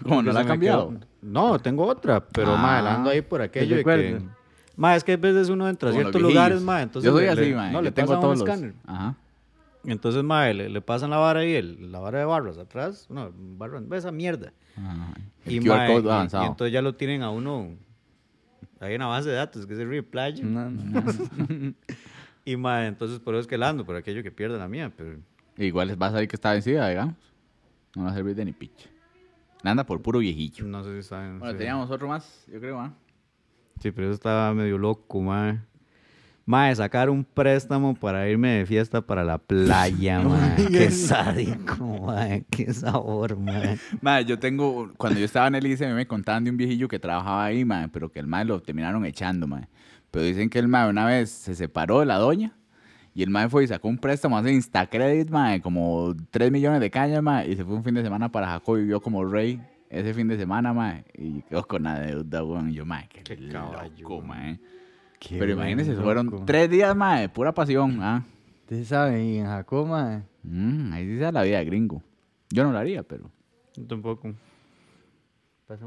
[SPEAKER 1] Como no la
[SPEAKER 2] Que se
[SPEAKER 1] ha
[SPEAKER 2] me
[SPEAKER 1] cambiado.
[SPEAKER 2] quedó. No, tengo otra, pero
[SPEAKER 1] Ah.
[SPEAKER 2] mae, la ando ahí por aquello de que...
[SPEAKER 3] recuerden.
[SPEAKER 2] Mae, es que a veces uno entra a
[SPEAKER 1] Como los
[SPEAKER 2] ciertos lugares,
[SPEAKER 1] viejillos.
[SPEAKER 2] mae, entonces...
[SPEAKER 1] Yo soy
[SPEAKER 2] le-
[SPEAKER 1] así,
[SPEAKER 2] le-
[SPEAKER 1] ma.
[SPEAKER 2] No,
[SPEAKER 1] yo
[SPEAKER 2] le
[SPEAKER 1] tengo
[SPEAKER 2] pasan
[SPEAKER 1] todos
[SPEAKER 2] un
[SPEAKER 1] los...
[SPEAKER 2] escáner.
[SPEAKER 1] Ajá.
[SPEAKER 2] Entonces, mae, le, le pasan la vara ahí, el- la vara de barras atrás. No, barra, esa mierda.
[SPEAKER 1] Ajá.
[SPEAKER 2] Y,
[SPEAKER 1] El QR
[SPEAKER 2] mae,
[SPEAKER 1] code
[SPEAKER 2] y-
[SPEAKER 1] avanzado.
[SPEAKER 2] y entonces ya lo tienen a uno... Hay una base de datos que es el Replay.
[SPEAKER 1] Mm.
[SPEAKER 3] No, no, no.
[SPEAKER 2] Y mae, entonces por eso es que la ando, por aquello que pierde la mía, pero...
[SPEAKER 1] Igual les va a salir que está vencida, digamos. No va a servir de ni picha. Anda por puro viejillo.
[SPEAKER 2] No sé si saben...
[SPEAKER 1] Bueno,
[SPEAKER 2] sí.
[SPEAKER 1] teníamos otro más, yo creo, ¿ah?
[SPEAKER 2] Sí, pero eso estaba medio loco, mae. Mae, sacar un préstamo para irme de fiesta para la playa, mae. Qué sádico, mae. Qué sabor, mae.
[SPEAKER 1] Madre, yo tengo, cuando yo estaba en el ICE, a mí me contaban de un viejillo que trabajaba ahí, madre, pero que el madre lo terminaron echando, madre. Pero dicen que el madre una vez se separó de la doña y el madre fue y sacó un préstamo hace Instacredit, madre, como 3 millones de cañas, madre, y se fue un fin de semana para Jacob y vivió como rey ese fin de semana, madre, y quedó con la deuda, weón. Y yo, madre, qué,
[SPEAKER 2] Qué caballo,
[SPEAKER 1] loco,
[SPEAKER 2] weón.
[SPEAKER 1] madre.
[SPEAKER 3] Qué
[SPEAKER 1] Pero imagínense,
[SPEAKER 3] loco.
[SPEAKER 1] fueron tres días, madre, de pura pasión, ah.
[SPEAKER 3] Ustedes saben, y en eh. Jacob, ma,
[SPEAKER 1] Mm, ahí sí se da la vida de gringo. Yo no lo haría, pero.
[SPEAKER 2] Yo tampoco.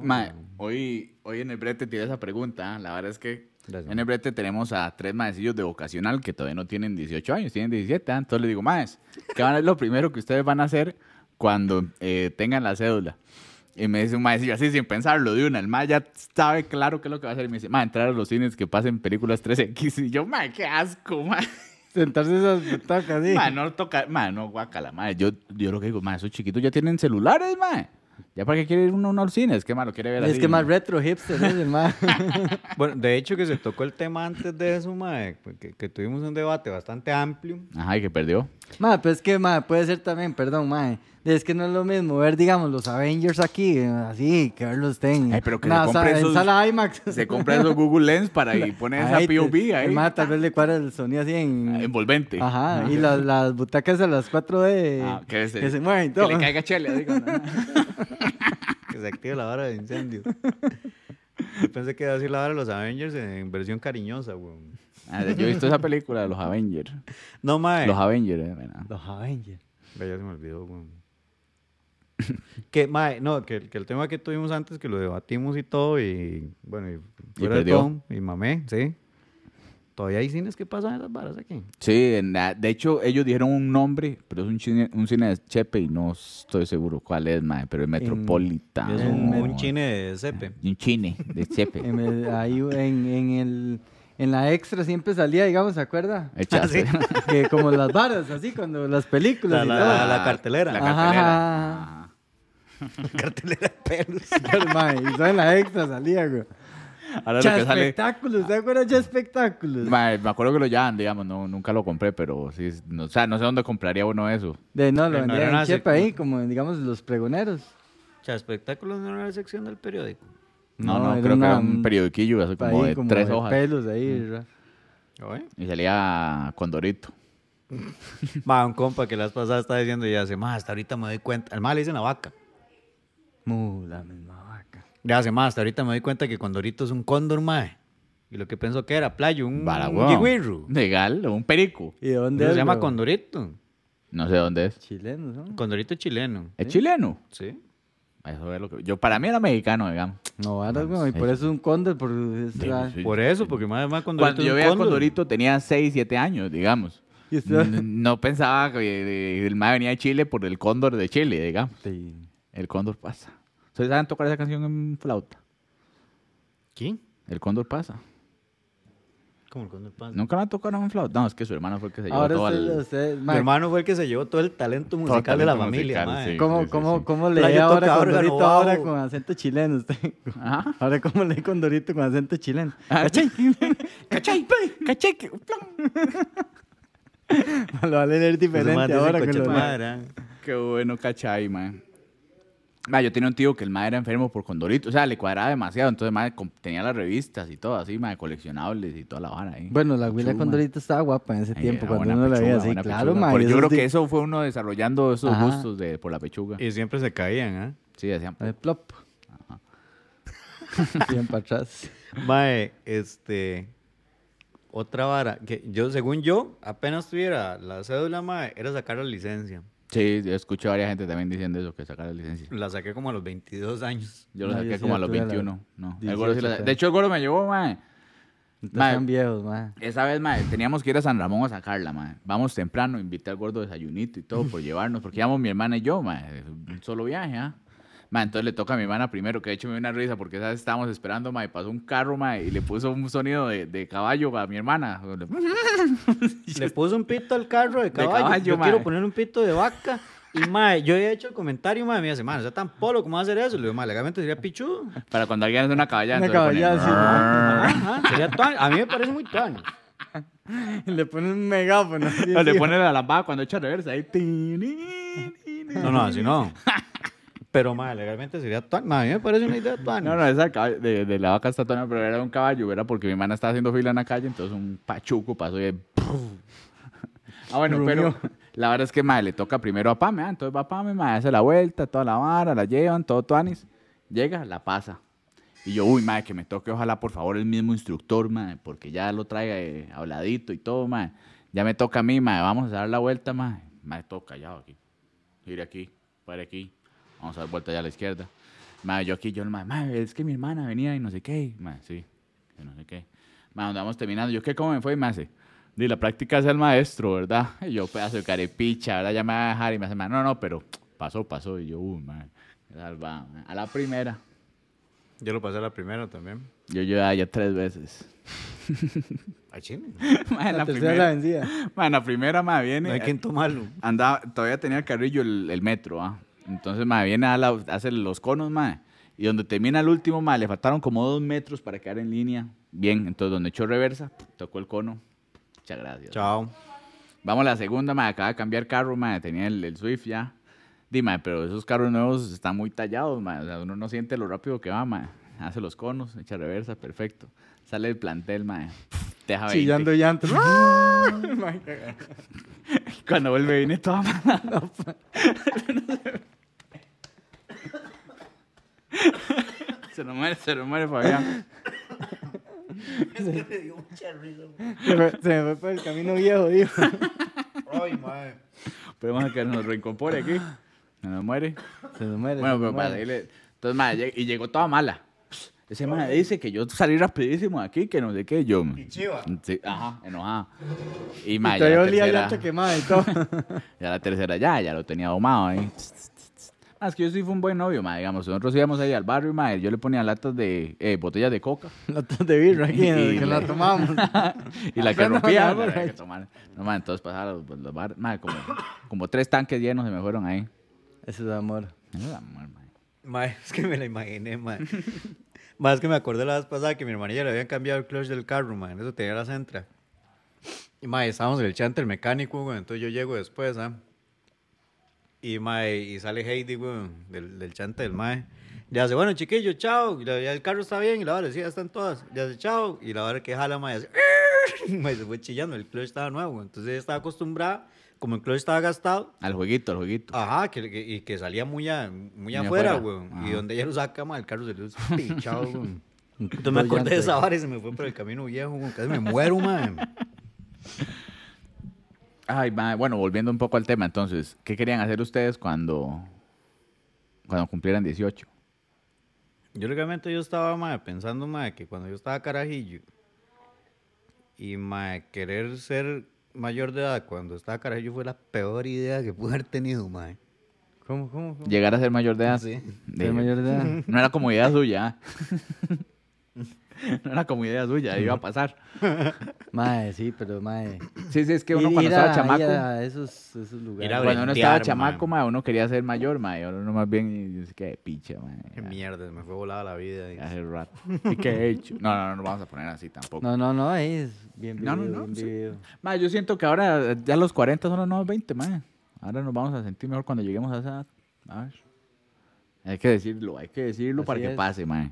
[SPEAKER 1] Mae, hoy, hoy en el brete tiré esa pregunta. ¿ah? La verdad es que
[SPEAKER 2] Gracias,
[SPEAKER 1] en el brete tenemos a tres maecillos de vocacional que todavía no tienen 18 años, tienen 17. ¿ah? Entonces les digo, maes, ¿qué van a, lo primero que ustedes van a hacer cuando eh, tengan eh, la cédula? Y me dice un mae, sí, así sin pensarlo de una. El mae ya sabe claro qué es lo que va a hacer. Y me dice, mae, entrar a los cines que pasen películas 3X. Y yo, mae, qué asco, mae.
[SPEAKER 3] Sentarse en esas butacas, sí.
[SPEAKER 1] Mae, no toca, mae, no guacala, mae. Yo, yo lo que digo, mae, esos chiquitos ya tienen celulares, mae. ¿Ya para qué quiere ir uno a unos cines? ¿Qué malo quiere ver
[SPEAKER 3] es
[SPEAKER 1] así,
[SPEAKER 3] que
[SPEAKER 1] mae?
[SPEAKER 3] más retro hipster es el más.
[SPEAKER 2] Bueno, de hecho que se tocó el tema antes de eso, mae, que, que tuvimos un debate bastante amplio.
[SPEAKER 1] Ajá, y que perdió.
[SPEAKER 3] Ma, pues es que, ma, puede ser también, perdón, ma. eh. Es que no es lo mismo ver, digamos, los Avengers aquí, eh, así, que verlos estén.
[SPEAKER 1] Ay, pero que
[SPEAKER 3] Ma,
[SPEAKER 1] se
[SPEAKER 3] o sea,
[SPEAKER 1] compre
[SPEAKER 3] en
[SPEAKER 1] esos-
[SPEAKER 3] sala IMAX.
[SPEAKER 1] Se compra esos Google Lens para y pone esa
[SPEAKER 3] Ay, te-
[SPEAKER 1] POV ahí.
[SPEAKER 3] Ma, tal vez le cuadra el sonido así en...
[SPEAKER 1] Envolvente.
[SPEAKER 3] Ajá, y las, las butacas a las 4D
[SPEAKER 1] Ah,
[SPEAKER 3] que,
[SPEAKER 1] que
[SPEAKER 3] se,
[SPEAKER 1] se-
[SPEAKER 3] mueven.
[SPEAKER 1] Que
[SPEAKER 3] todo.
[SPEAKER 1] le caiga chele. digo, ¿no?
[SPEAKER 2] Que se active la vara de incendio. Yo Pensé que iba a decir la vara de los Avengers en versión cariñosa, weón.
[SPEAKER 1] Ah, Yo he visto esa película de los Avengers.
[SPEAKER 2] No, mae.
[SPEAKER 1] Los Avengers, eh, mira.
[SPEAKER 3] Los Avengers.
[SPEAKER 2] Ve, Ya se me olvidó, weón. que, mae, no, que, que el tema que tuvimos antes, que lo debatimos y todo, y bueno, y, fuera de
[SPEAKER 1] perdió.
[SPEAKER 2] todo, y mamé, sí. Todavía hay cines que pasan esas varas aquí.
[SPEAKER 1] Sí, en la- de hecho, ellos dijeron un nombre, pero es un cine, un cine de Chepe y no estoy seguro cuál es, mae, pero es Metropolitan.
[SPEAKER 2] es un,
[SPEAKER 1] No,
[SPEAKER 2] un chine de cepe.
[SPEAKER 1] Un chine de Chepe.
[SPEAKER 3] En, el- ahí, en, en, el, en la extra siempre salía, digamos, ¿se acuerda?
[SPEAKER 1] Echase.
[SPEAKER 2] Ah, sí.
[SPEAKER 3] que como las varas, así, cuando las películas
[SPEAKER 2] La, la-
[SPEAKER 3] y todo.
[SPEAKER 2] la cartelera.
[SPEAKER 1] La
[SPEAKER 3] Ajá.
[SPEAKER 1] cartelera. Ajá.
[SPEAKER 2] cartelera de pelos.
[SPEAKER 3] Claro, ma, y son en la extra salía, güey.
[SPEAKER 1] Ahora lo
[SPEAKER 3] Cha
[SPEAKER 1] que sale.
[SPEAKER 3] espectáculos, ¿te acuerdas ya espectáculos?
[SPEAKER 1] Mae, me acuerdo que lo llaman, digamos, no, nunca lo compré, pero sí, es- no, o sea, no sé dónde compraría uno eso.
[SPEAKER 3] De no,
[SPEAKER 1] eh,
[SPEAKER 2] Que no
[SPEAKER 3] lo vendían
[SPEAKER 2] era
[SPEAKER 3] en
[SPEAKER 2] una
[SPEAKER 3] Chepa
[SPEAKER 2] sec-
[SPEAKER 3] ahí, como digamos los pregoneros.
[SPEAKER 2] O sea, espectáculos no era la sección del periódico.
[SPEAKER 1] No,
[SPEAKER 3] No,
[SPEAKER 1] no,
[SPEAKER 3] era
[SPEAKER 1] creo que era
[SPEAKER 3] una-
[SPEAKER 1] un periodiquillo, así como
[SPEAKER 3] ahí,
[SPEAKER 1] de
[SPEAKER 3] como
[SPEAKER 1] tres
[SPEAKER 3] de
[SPEAKER 1] hojas. Mm.
[SPEAKER 3] pelos ahí. ra-
[SPEAKER 2] ¿Oye?
[SPEAKER 1] Y salía Condorito.
[SPEAKER 2] Ma, un compa que las pasadas está diciendo y ya hace, ma, hasta ahorita me doy cuenta. Al ma le dicen la vaca.
[SPEAKER 3] Mu, la misma vaca.
[SPEAKER 2] Ya hace, ma, hasta ahorita me doy cuenta que Condorito es un cóndor, ma. Y lo que pensó que era playo, un
[SPEAKER 1] Baragüón.
[SPEAKER 2] yigüirru.
[SPEAKER 1] Legal, un perico.
[SPEAKER 3] ¿Y de dónde
[SPEAKER 2] Eso
[SPEAKER 3] es,
[SPEAKER 2] se llama
[SPEAKER 3] bro?
[SPEAKER 2] Condorito.
[SPEAKER 1] No sé dónde es.
[SPEAKER 3] Chilenos, ¿no?
[SPEAKER 2] Condorito chileno.
[SPEAKER 1] ¿Es chileno?
[SPEAKER 2] ¿Sí?
[SPEAKER 1] Eso es lo que... Yo, para mí era mexicano, digamos.
[SPEAKER 3] No, varas, güey, y por eso es un cóndor, por es la-
[SPEAKER 1] Sí.
[SPEAKER 2] Por eso, porque más además Condorito
[SPEAKER 1] Cuando
[SPEAKER 2] es
[SPEAKER 1] yo
[SPEAKER 2] un
[SPEAKER 1] veía a
[SPEAKER 2] cóndor.
[SPEAKER 1] Condorito tenía 6, 7 años, digamos.
[SPEAKER 3] y usted-
[SPEAKER 1] N- No pensaba que eh, el mae venía de Chile por el cóndor de Chile, digamos.
[SPEAKER 3] Sí.
[SPEAKER 1] El cóndor pasa. ¿Ustedes saben tocar esa canción en flauta?
[SPEAKER 2] ¿Quién?
[SPEAKER 1] El cóndor pasa.
[SPEAKER 2] ¿Cómo el cóndor pasa?
[SPEAKER 1] ¿Nunca la tocaron en flauta? No, es que su hermano fue el que se llevó
[SPEAKER 3] Ahora
[SPEAKER 1] todo
[SPEAKER 3] usted,
[SPEAKER 1] el...
[SPEAKER 3] usted,
[SPEAKER 2] Mi
[SPEAKER 3] ma,
[SPEAKER 2] hermano fue el que se llevó todo el talento musical de la
[SPEAKER 1] talento
[SPEAKER 2] familia,
[SPEAKER 1] musical,
[SPEAKER 2] ma.
[SPEAKER 1] sí.
[SPEAKER 3] ¿cómo,
[SPEAKER 1] sí,
[SPEAKER 3] cómo,
[SPEAKER 1] sí.
[SPEAKER 3] cómo
[SPEAKER 2] La
[SPEAKER 3] le
[SPEAKER 2] yo
[SPEAKER 3] ahora
[SPEAKER 2] tocaba órgano,
[SPEAKER 3] Condorito
[SPEAKER 2] wow.
[SPEAKER 3] ahora con acento chileno usted?
[SPEAKER 1] Ajá.
[SPEAKER 3] Ahora cómo le Condorito con acento chileno.
[SPEAKER 1] ¿Cachai? ¿Cachai? ¿Cachai?
[SPEAKER 3] Lo va a leer
[SPEAKER 2] Ese ma
[SPEAKER 3] diferente
[SPEAKER 2] dice,
[SPEAKER 3] ahora que
[SPEAKER 2] "Coche
[SPEAKER 3] lo
[SPEAKER 2] tu madre, ah".
[SPEAKER 1] Qué bueno, cachai, man. Ma, yo tenía un tío que el mae era enfermo por condorito, o sea, le cuadraba demasiado, entonces mae com- tenía las revistas y todo así, mae, coleccionables y toda la vara ahí.
[SPEAKER 3] Bueno, la Willa
[SPEAKER 1] Pichuga.
[SPEAKER 3] Condorito estaba guapa en ese
[SPEAKER 1] Ahí
[SPEAKER 3] tiempo,
[SPEAKER 1] era
[SPEAKER 3] cuando
[SPEAKER 1] buena
[SPEAKER 3] uno la veía
[SPEAKER 1] pechuga,
[SPEAKER 3] así,
[SPEAKER 1] buena
[SPEAKER 3] claro,
[SPEAKER 1] pechuga.
[SPEAKER 3] ma.
[SPEAKER 1] Porque
[SPEAKER 3] y
[SPEAKER 1] yo
[SPEAKER 3] esos
[SPEAKER 1] creo
[SPEAKER 3] di-
[SPEAKER 1] que eso fue uno desarrollando esos
[SPEAKER 3] Ajá. Eh,
[SPEAKER 1] gustos de, por la pechuga.
[SPEAKER 2] Y siempre se caían, ¿ah?
[SPEAKER 1] Sí, decían,
[SPEAKER 3] Ahí, plop. Bien para atrás.
[SPEAKER 2] Mae, este. Otra vara. Que yo, según yo, apenas tuviera la cédula, mae, era sacar la licencia.
[SPEAKER 1] sí, yo escuché a varias gente también diciendo eso, que sacara la licencia.
[SPEAKER 2] La saqué como a los 22 años.
[SPEAKER 1] Yo lo
[SPEAKER 3] No, yo
[SPEAKER 1] saqué
[SPEAKER 3] sí
[SPEAKER 1] como
[SPEAKER 3] la
[SPEAKER 1] a los
[SPEAKER 3] tuve a la
[SPEAKER 1] 21, no. el
[SPEAKER 3] 18
[SPEAKER 1] gordo sí la-
[SPEAKER 3] apenas.
[SPEAKER 1] De hecho, el gordo me llevó, mae. Ma,
[SPEAKER 3] Están viejos, ma.
[SPEAKER 1] Esa vez, mae, teníamos que ir a San Ramón a sacarla, mae. Vamos temprano, invité al gordo desayunito y todo por llevarnos, porque íbamos mi hermana y yo, mae. Un solo viaje, ¿ah? Mae, entonces le toca a mi hermana primero, que de hecho me dio una risa, porque esa vez estábamos esperando, mae, pasó un carro, mae, y le puso un sonido de, de caballo a mi hermana.
[SPEAKER 2] Le puse un pito al carro de caballo.
[SPEAKER 1] caballo,
[SPEAKER 2] yo
[SPEAKER 1] mae.
[SPEAKER 2] quiero poner un pito de vaca. Y mae, yo he hecho el comentario, mae, me dice, mae, no sea tan polo, ¿cómo va a hacer eso? Le digo, mae, legalmente sería pichudo.
[SPEAKER 1] Para cuando alguien hace una caballada.
[SPEAKER 3] Una
[SPEAKER 1] entonces le ponen, Ah.
[SPEAKER 3] caballada,
[SPEAKER 2] Ajá, sería tuan- A mí me parece muy tuan.
[SPEAKER 3] Le ponen un megáfono. así,
[SPEAKER 1] O le
[SPEAKER 3] sí.
[SPEAKER 1] pone la lambada cuando echa reversa, ahí. tin, tin, tin.
[SPEAKER 2] No, no, así no. Pero mae, legalmente sería tuan. Mae, a mí me parece una idea tuan.
[SPEAKER 1] No, no, esa cab- de, de la vaca estatona, pero era un caballo, era porque mi hermana estaba haciendo fila en la calle, entonces un pachuco pasó y... ahí, ¡pum! Ah, bueno,
[SPEAKER 3] Rumió.
[SPEAKER 1] pero la verdad es que, madre, le toca primero a Pame, ah, entonces va Pame, madre, hace la vuelta, toda la vara, la llevan, todo tuanis, llega, la pasa. Y yo, uy, madre, que me toque, ojalá, por favor, el mismo instructor, madre, porque ya lo traiga eh, habladito y todo, madre. Ya me toca a mí, madre, vamos a dar la vuelta, madre. Madre, todo callado aquí. Gire aquí, para aquí. Vamos a dar vuelta ya a la izquierda. Madre, yo aquí, yo, madre, madre, es que mi hermana venía y no sé qué. Madre, sí, y no sé qué. Madre, donde vamos terminando. Yo, ¿qué, cómo me fue? Y me hace, di, la práctica es el maestro, ¿verdad? Y yo, pedazo de carepicha, ¿verdad? Ya me va a dejar y me hace, "Mae, no, no, pero Pasó, pasó. Y yo, uy, man. me salvaba, man. A la primera.
[SPEAKER 2] Yo lo pasé a la primera también.
[SPEAKER 1] Yo llevaba ya tres veces.
[SPEAKER 2] A Chile.
[SPEAKER 1] Man,
[SPEAKER 3] La,
[SPEAKER 1] la
[SPEAKER 3] tercera es la
[SPEAKER 1] primera,
[SPEAKER 3] vencida.
[SPEAKER 1] man, la primera, man, viene.
[SPEAKER 2] No hay quien tomarlo.
[SPEAKER 1] andaba, todavía tenía el carrillo el, el metro, ¿ah? Entonces, ma, viene a, la- hace los conos, ma. Y donde termina el último, ma, le faltaron como dos metros para quedar en línea. Bien, entonces donde echó reversa, tocó el cono. Muchas gracias.
[SPEAKER 2] Chao.
[SPEAKER 1] Vamos a la segunda, ma, acaba de cambiar carro, ma, tenía el, el Swift ya. Dime, pero esos carros nuevos están muy tallados, ma. O sea, uno no siente lo rápido que va, ma. Hace los conos, echa reversa, perfecto. Sale el plantel, ma. Deja 20.
[SPEAKER 3] Chillando llanto.
[SPEAKER 1] Cuando vuelve viene pues. toda mala se nos muere, se nos muere Fabián.
[SPEAKER 3] se, me, se me fue por el camino viejo, dijo.
[SPEAKER 2] Ay, madre.
[SPEAKER 1] Podemos que nos reincorpore aquí. Se nos muere.
[SPEAKER 3] Se nos muere.
[SPEAKER 1] Bueno,
[SPEAKER 3] se nos
[SPEAKER 1] pero para
[SPEAKER 3] muere.
[SPEAKER 1] seguirle. Entonces, madre, lleg- y llegó toda mala. Ese madre dice que yo salí rapidísimo de aquí, que no sé qué, yo.
[SPEAKER 2] chiva.
[SPEAKER 1] Sí, ajá, enojada. Y
[SPEAKER 3] Y
[SPEAKER 1] madre, ya
[SPEAKER 3] todavía
[SPEAKER 1] la
[SPEAKER 3] olía
[SPEAKER 1] tercera-
[SPEAKER 3] llanto quemado y todo.
[SPEAKER 1] Ya la tercera ya, ya lo tenía domado ahí. Ah, es que yo sí fui un buen novio, ma, digamos. Nosotros íbamos ahí al barrio, ma, y yo le ponía latas de, eh, botellas de coca.
[SPEAKER 3] Latas de birra aquí,
[SPEAKER 1] Y
[SPEAKER 3] que la
[SPEAKER 1] le-
[SPEAKER 3] tomamos.
[SPEAKER 1] Y la que
[SPEAKER 3] Ya no,
[SPEAKER 1] rompía,
[SPEAKER 3] ya,
[SPEAKER 1] ma,
[SPEAKER 3] bueno.
[SPEAKER 1] había que tomar. No, ma, entonces pasaba los, pues, los bar- ma, como, como tres tanques llenos se me fueron ahí.
[SPEAKER 3] Ese es amor.
[SPEAKER 1] Eso es amor, ma.
[SPEAKER 2] Madre, es que me la imaginé, madre. Más es que me acordé la vez pasada que mi hermanilla le habían cambiado el clutch del carro, madre. En eso tenía la centra. Y, madre, estábamos en el chante, el mecánico, güey. Entonces yo llego después, ¿ah? Y, mae, y sale Heidi, güey, del, del chante del mae. Le hace, bueno, chiquillo, chao. Y la- ya el carro está bien. Y la hora, sí, ya están todas. Le hace, chao. Y la hora que jala, mae, hace, mae, se fue chillando. El clutch estaba nuevo. güey. Entonces ella estaba acostumbrada, como el clutch estaba gastado,
[SPEAKER 1] Al jueguito, al jueguito.
[SPEAKER 2] Ajá, que, que- y que salía muy, a- muy
[SPEAKER 1] Muy
[SPEAKER 2] afuera,
[SPEAKER 1] afuera,
[SPEAKER 2] güey. Y
[SPEAKER 1] ajá.
[SPEAKER 2] donde ella lo saca, ma, el carro se le hizo pichado, güey. Entonces me
[SPEAKER 3] Dos
[SPEAKER 2] acordé de
[SPEAKER 3] llantas
[SPEAKER 2] esa
[SPEAKER 3] ahí.
[SPEAKER 2] vara y se me fue por el camino viejo, güey. Casi me muero, man.
[SPEAKER 1] Ay, ma, bueno, volviendo un poco al tema, entonces, ¿qué querían hacer ustedes cuando, cuando cumplieran 18?
[SPEAKER 2] Yo, legalmente, yo estaba, ma, pensando, ma, que cuando yo estaba carajillo y, ma, querer ser mayor de edad cuando estaba carajillo fue la peor idea que pude haber tenido, ma.
[SPEAKER 3] ¿Cómo, cómo, cómo?
[SPEAKER 1] Llegar a ser mayor de edad.
[SPEAKER 2] Sí.
[SPEAKER 1] De-
[SPEAKER 3] Ser mayor de edad.
[SPEAKER 1] No era como idea suya. no era como idea suya, iba a pasar.
[SPEAKER 3] Mae, sí, pero mae.
[SPEAKER 1] Sí, sí, es que uno
[SPEAKER 3] Ir-
[SPEAKER 1] cuando
[SPEAKER 3] ir
[SPEAKER 1] estaba
[SPEAKER 3] a-
[SPEAKER 1] chamaco,
[SPEAKER 3] ir a esos, esos lugares.
[SPEAKER 2] Ir a
[SPEAKER 1] cuando uno
[SPEAKER 2] brindear,
[SPEAKER 1] estaba
[SPEAKER 2] ma.
[SPEAKER 1] chamaco, ma, uno quería ser mayor, ma, y ahora uno más bien dice que picha, ma.
[SPEAKER 2] Qué mierda, me fue volada la vida.
[SPEAKER 1] ya
[SPEAKER 2] dice.
[SPEAKER 1] Hace rato. ¿Y qué he hecho? No, no, no, no vamos a poner así tampoco.
[SPEAKER 3] No, no, no, ahí es bien vivido,
[SPEAKER 1] No, no, no,
[SPEAKER 3] bien
[SPEAKER 1] sí.
[SPEAKER 3] vivido.
[SPEAKER 1] Ma, yo siento que ahora eh, ya los 40 son los nuevos 20, ma. Ahora nos vamos a sentir mejor cuando lleguemos a esa edad. A ver. Hay que decirlo, hay que decirlo para
[SPEAKER 3] Así
[SPEAKER 1] que
[SPEAKER 3] es.
[SPEAKER 1] pase, ma.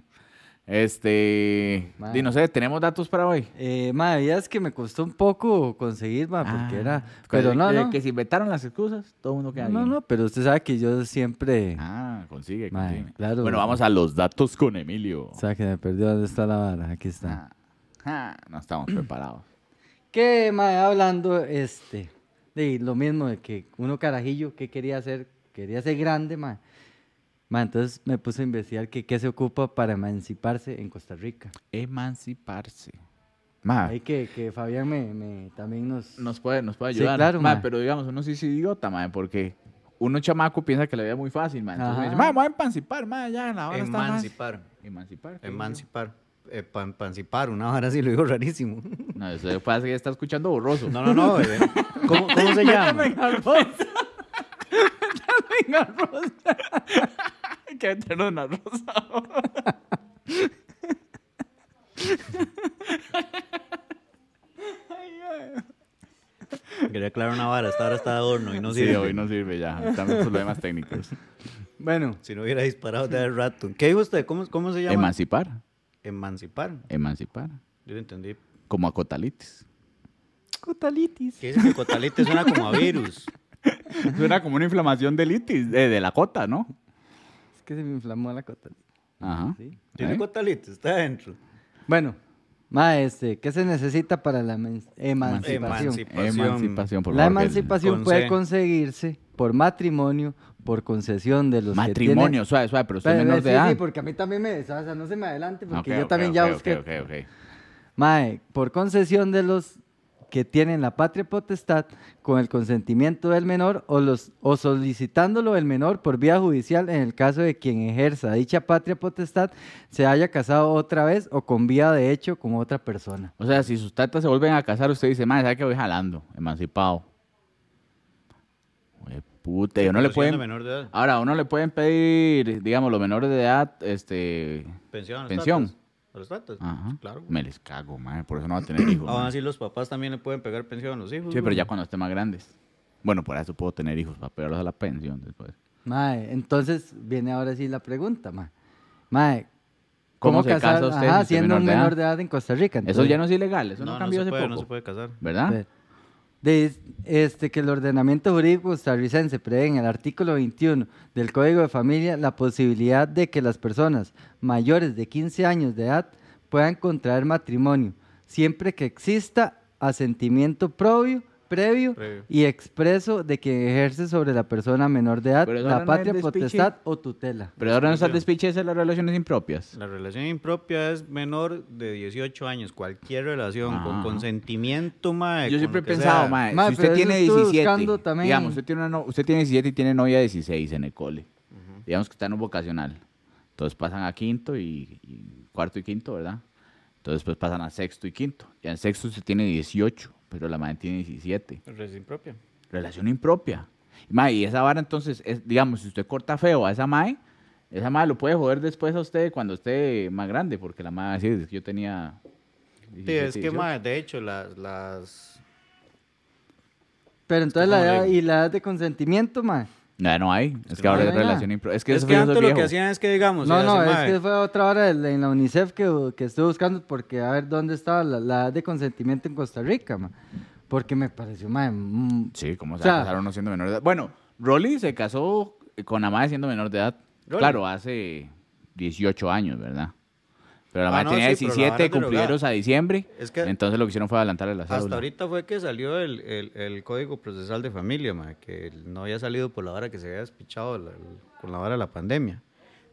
[SPEAKER 1] Este.
[SPEAKER 3] Ma.
[SPEAKER 1] di, no sé, ¿tenemos datos para hoy?
[SPEAKER 3] Eh, mae, ya es que me costó un poco conseguir, mae, porque
[SPEAKER 1] Ah,
[SPEAKER 3] era...
[SPEAKER 1] con-
[SPEAKER 3] Pero no,
[SPEAKER 1] desde
[SPEAKER 3] no.
[SPEAKER 1] que se inventaron las excusas, todo el mundo queda
[SPEAKER 3] No, no,
[SPEAKER 1] bien.
[SPEAKER 3] no, pero usted sabe que yo siempre...
[SPEAKER 1] Ah, consigue,
[SPEAKER 3] Mae,
[SPEAKER 1] consigue.
[SPEAKER 3] claro.
[SPEAKER 1] Bueno, vamos a los datos con Emilio.
[SPEAKER 3] Sabe que me perdió, ¿dónde está la vara? Aquí está.
[SPEAKER 1] Ah, ah, no estamos preparados.
[SPEAKER 3] ¿Qué, mae, hablando, este, de lo mismo de que uno carajillo, ¿qué quería hacer? Quería ser grande, mae. Mae, entonces me puse a investigar que, qué se ocupa para emanciparse en Costa Rica.
[SPEAKER 1] Emanciparse. Ma,
[SPEAKER 3] Ahí que, que Fabián me, me- también nos...
[SPEAKER 1] Ah. nos puede, nos puede
[SPEAKER 3] Sí,
[SPEAKER 1] ayudar.
[SPEAKER 3] claro,
[SPEAKER 1] ma,
[SPEAKER 3] ma.
[SPEAKER 1] pero digamos, uno sí es idiota, ma, porque uno chamaco piensa que la vida es muy fácil, ma. Entonces
[SPEAKER 3] Ajá.
[SPEAKER 1] dice, ma, me voy a emancipar, ma, ya, la hora está fácil.
[SPEAKER 2] Emancipar.
[SPEAKER 1] Emancipar. ¿qué
[SPEAKER 2] Emancipar. Eh, pan- pancipar, una vara así lo digo rarísimo.
[SPEAKER 1] digo? No, eso pasa que está escuchando borroso.
[SPEAKER 2] No, no, no, bebé. ¿Cómo, cómo se llama?
[SPEAKER 1] Hay que meternos en arroz ahora.
[SPEAKER 2] Quería aclarar una vara, esta hora está de horno y no
[SPEAKER 1] Sí,
[SPEAKER 2] sirve.
[SPEAKER 1] hoy no sirve ya. Estamos en problemas técnicos.
[SPEAKER 3] Bueno,
[SPEAKER 2] Si no hubiera disparado de rato. ¿Qué dijo usted? ¿Cómo, cómo se llama?
[SPEAKER 1] Emancipar.
[SPEAKER 2] Emancipar.
[SPEAKER 1] Emancipar.
[SPEAKER 2] Yo lo entendí.
[SPEAKER 1] Como a cotalitis.
[SPEAKER 3] cotalitis.
[SPEAKER 2] Que dice que cotalite suena como a virus.
[SPEAKER 1] Suena como una inflamación de litis, de, de la cota, ¿no?
[SPEAKER 3] Es que se me inflamó la cotalitis.
[SPEAKER 1] Ajá.
[SPEAKER 3] ¿sí?
[SPEAKER 2] ¿Tiene
[SPEAKER 1] ¿Eh?
[SPEAKER 2] cotalite? Está adentro.
[SPEAKER 3] Bueno, mae, este, ¿qué se necesita para la eman- emancipación?
[SPEAKER 2] Emancipación.
[SPEAKER 1] Emancipación, por
[SPEAKER 3] La
[SPEAKER 1] favor, que-
[SPEAKER 3] emancipación pues,
[SPEAKER 2] Con
[SPEAKER 3] puede
[SPEAKER 2] C.
[SPEAKER 3] conseguirse por matrimonio, por concesión de los que tienen-
[SPEAKER 1] Matrimonio, suave, suave, pero usted es
[SPEAKER 3] Espérame,
[SPEAKER 1] menor
[SPEAKER 3] sí,
[SPEAKER 1] de edad.
[SPEAKER 3] sí, porque a mí también me o sea, no se me adelante, porque
[SPEAKER 1] Ok,
[SPEAKER 3] yo
[SPEAKER 1] ok,
[SPEAKER 3] también
[SPEAKER 1] ok,
[SPEAKER 3] ya
[SPEAKER 1] ok,
[SPEAKER 3] busqué.
[SPEAKER 1] ok, ok.
[SPEAKER 3] Mae, por concesión de los que tienen la patria potestad con el consentimiento del menor o, los, o solicitándolo el menor por vía judicial en el caso de quien ejerza dicha patria potestad se haya casado otra vez o con vía de hecho con otra persona.
[SPEAKER 1] O sea, si sus tatas se vuelven a casar, usted dice, madre, ¿sabe que voy jalando? Emancipado. Oye, puta, y uno le
[SPEAKER 2] Pero siendo
[SPEAKER 1] pueden...
[SPEAKER 2] menor de edad,
[SPEAKER 1] Ahora, uno le pueden pedir, digamos, los menores de edad, este...
[SPEAKER 2] pensión. a los
[SPEAKER 1] pensión.
[SPEAKER 2] tatas, a los tatas,
[SPEAKER 1] Ajá.
[SPEAKER 2] Claro. güey.
[SPEAKER 1] Me les cago, madre, por eso no va a tener hijos.
[SPEAKER 2] Aún
[SPEAKER 1] madre.
[SPEAKER 2] así los papás también le pueden pegar pensión a los hijos.
[SPEAKER 1] Sí, pero
[SPEAKER 2] güey.
[SPEAKER 1] ya cuando estén más grandes. Bueno, por eso puedo tener hijos, para pegarlos a la pensión después.
[SPEAKER 3] Mae, entonces viene ahora sí la pregunta, mae. Mae,
[SPEAKER 1] ¿Cómo
[SPEAKER 3] ¿cómo,
[SPEAKER 1] se
[SPEAKER 3] casar
[SPEAKER 1] casa usted
[SPEAKER 3] ajá,
[SPEAKER 1] si usted es
[SPEAKER 3] siendo un
[SPEAKER 1] menor de edad?
[SPEAKER 3] menor de edad en Costa Rica?
[SPEAKER 1] Eso
[SPEAKER 3] entonces-
[SPEAKER 1] ya no es ilegal, eso
[SPEAKER 2] No,
[SPEAKER 1] no,
[SPEAKER 2] no
[SPEAKER 1] cambió
[SPEAKER 2] se
[SPEAKER 1] hace
[SPEAKER 2] puede, no
[SPEAKER 1] poco.
[SPEAKER 2] se puede casar.
[SPEAKER 1] ¿Verdad?
[SPEAKER 3] Pero, Pues, de- este, que el ordenamiento jurídico costarricense prevé en el artículo 21 del Código de Familia la posibilidad de que las personas mayores de 15 años de edad puedan contraer matrimonio, siempre que exista asentimiento previo, previo,
[SPEAKER 2] Previo.
[SPEAKER 3] y expreso de quien ejerce sobre la persona menor de edad
[SPEAKER 1] Pero eso
[SPEAKER 3] la
[SPEAKER 1] ahora no es
[SPEAKER 3] patria
[SPEAKER 1] despiche.
[SPEAKER 3] potestad o tutela.
[SPEAKER 1] Pero ahora no está el
[SPEAKER 2] Exclusión.
[SPEAKER 1] despiche de las relaciones impropias.
[SPEAKER 2] La relación impropia es menor de 18 años. Cualquier relación
[SPEAKER 1] Ah.
[SPEAKER 2] con consentimiento, mae.
[SPEAKER 1] Yo
[SPEAKER 2] con
[SPEAKER 1] siempre he
[SPEAKER 2] lo que
[SPEAKER 1] pensado,
[SPEAKER 2] sea.
[SPEAKER 1] mae,
[SPEAKER 3] Mae,
[SPEAKER 1] si usted
[SPEAKER 3] pero eso
[SPEAKER 1] tiene
[SPEAKER 3] estuve
[SPEAKER 1] 17,
[SPEAKER 3] buscando también.
[SPEAKER 1] digamos, usted tiene, una no- usted tiene 17 y tiene novia de 16 en el cole, digamos que está en un vocacional, entonces pasan a quinto y, y cuarto y quinto, ¿verdad? Entonces después pasan a sexto y quinto, ya en sexto usted tiene 18, pero la madre tiene 17,
[SPEAKER 2] Relación impropia.
[SPEAKER 1] relación impropia. Mae, y esa vara entonces, es- digamos, si usted corta feo a esa mae, esa mae lo puede joder después a usted cuando esté más grande, porque la mae va a decir, "Es que yo tenía...
[SPEAKER 2] Sí,
[SPEAKER 1] 17,
[SPEAKER 2] es que,
[SPEAKER 1] 18".
[SPEAKER 2] mae, de hecho, las. las...
[SPEAKER 3] Pero entonces
[SPEAKER 2] ¿cómo
[SPEAKER 3] la
[SPEAKER 2] le
[SPEAKER 3] edad,
[SPEAKER 2] digo?
[SPEAKER 3] y la edad de consentimiento, ma.
[SPEAKER 1] No, no hay. Es, que
[SPEAKER 2] no
[SPEAKER 1] ahora
[SPEAKER 3] hay
[SPEAKER 1] es
[SPEAKER 3] nada.
[SPEAKER 1] relación impro. Es que,
[SPEAKER 2] Es
[SPEAKER 1] eso
[SPEAKER 2] que
[SPEAKER 1] ya
[SPEAKER 2] antes
[SPEAKER 1] sos
[SPEAKER 2] lo que
[SPEAKER 1] viejo.
[SPEAKER 2] hacían es que, digamos.
[SPEAKER 3] No,
[SPEAKER 2] se
[SPEAKER 3] no,
[SPEAKER 2] hace,
[SPEAKER 3] es
[SPEAKER 2] mae,
[SPEAKER 3] que fue otra hora en la- en la UNICEF que, que estuve buscando porque a ver dónde estaba la, la edad de consentimiento en Costa Rica, ma. Porque me pareció, ma, mm,
[SPEAKER 1] Sí, como se
[SPEAKER 3] O sea-
[SPEAKER 1] casaron no siendo menor de edad. Bueno, Rolly se casó con la madre siendo menor de edad.
[SPEAKER 2] Rolly.
[SPEAKER 1] Claro, hace 18 años, ¿verdad? Pero la
[SPEAKER 2] Ah,
[SPEAKER 1] madre
[SPEAKER 2] no,
[SPEAKER 1] tenía
[SPEAKER 2] sí, pero la
[SPEAKER 1] 17,
[SPEAKER 2] vara es derogada.
[SPEAKER 1] cumplieron a diciembre.
[SPEAKER 2] Es que-
[SPEAKER 1] entonces lo que hicieron fue adelantarle la
[SPEAKER 2] Hasta
[SPEAKER 1] cédula.
[SPEAKER 2] ahorita fue que salió el, el- el código procesal de familia, mae, que no había salido por la vara que se había despichado la- la- con la vara de la pandemia.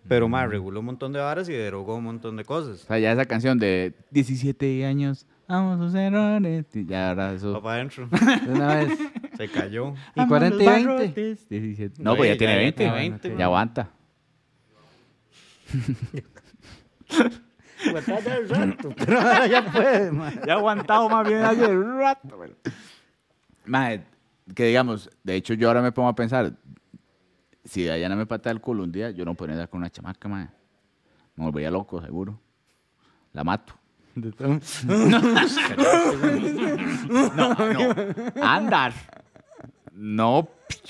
[SPEAKER 2] Pero,
[SPEAKER 3] Mm.
[SPEAKER 2] mae, reguló un montón de varas y derogó un montón de
[SPEAKER 1] O
[SPEAKER 2] cosas.
[SPEAKER 1] sea, ya esa canción de 17 años, vamos a ser errores. y Ya ahora eso.
[SPEAKER 2] Papá adentro.
[SPEAKER 3] de una vez.
[SPEAKER 2] se cayó.
[SPEAKER 3] Y 40 y 20.
[SPEAKER 1] 17. No, pues
[SPEAKER 2] Oye,
[SPEAKER 1] ya tiene
[SPEAKER 2] ya
[SPEAKER 1] 20.
[SPEAKER 2] tiene
[SPEAKER 1] 20
[SPEAKER 2] 20,
[SPEAKER 1] ya
[SPEAKER 2] man.
[SPEAKER 1] aguanta.
[SPEAKER 2] Pero ahora ya puede, mae.
[SPEAKER 1] Ya aguantado más bien hace rato. bueno. Mae, que digamos, de hecho yo ahora me pongo a pensar, si Dayana me patea el culo un día, yo no podría estar con una chamaca, mae. Me volvería loco, seguro. La mato. No, no. Andar. No.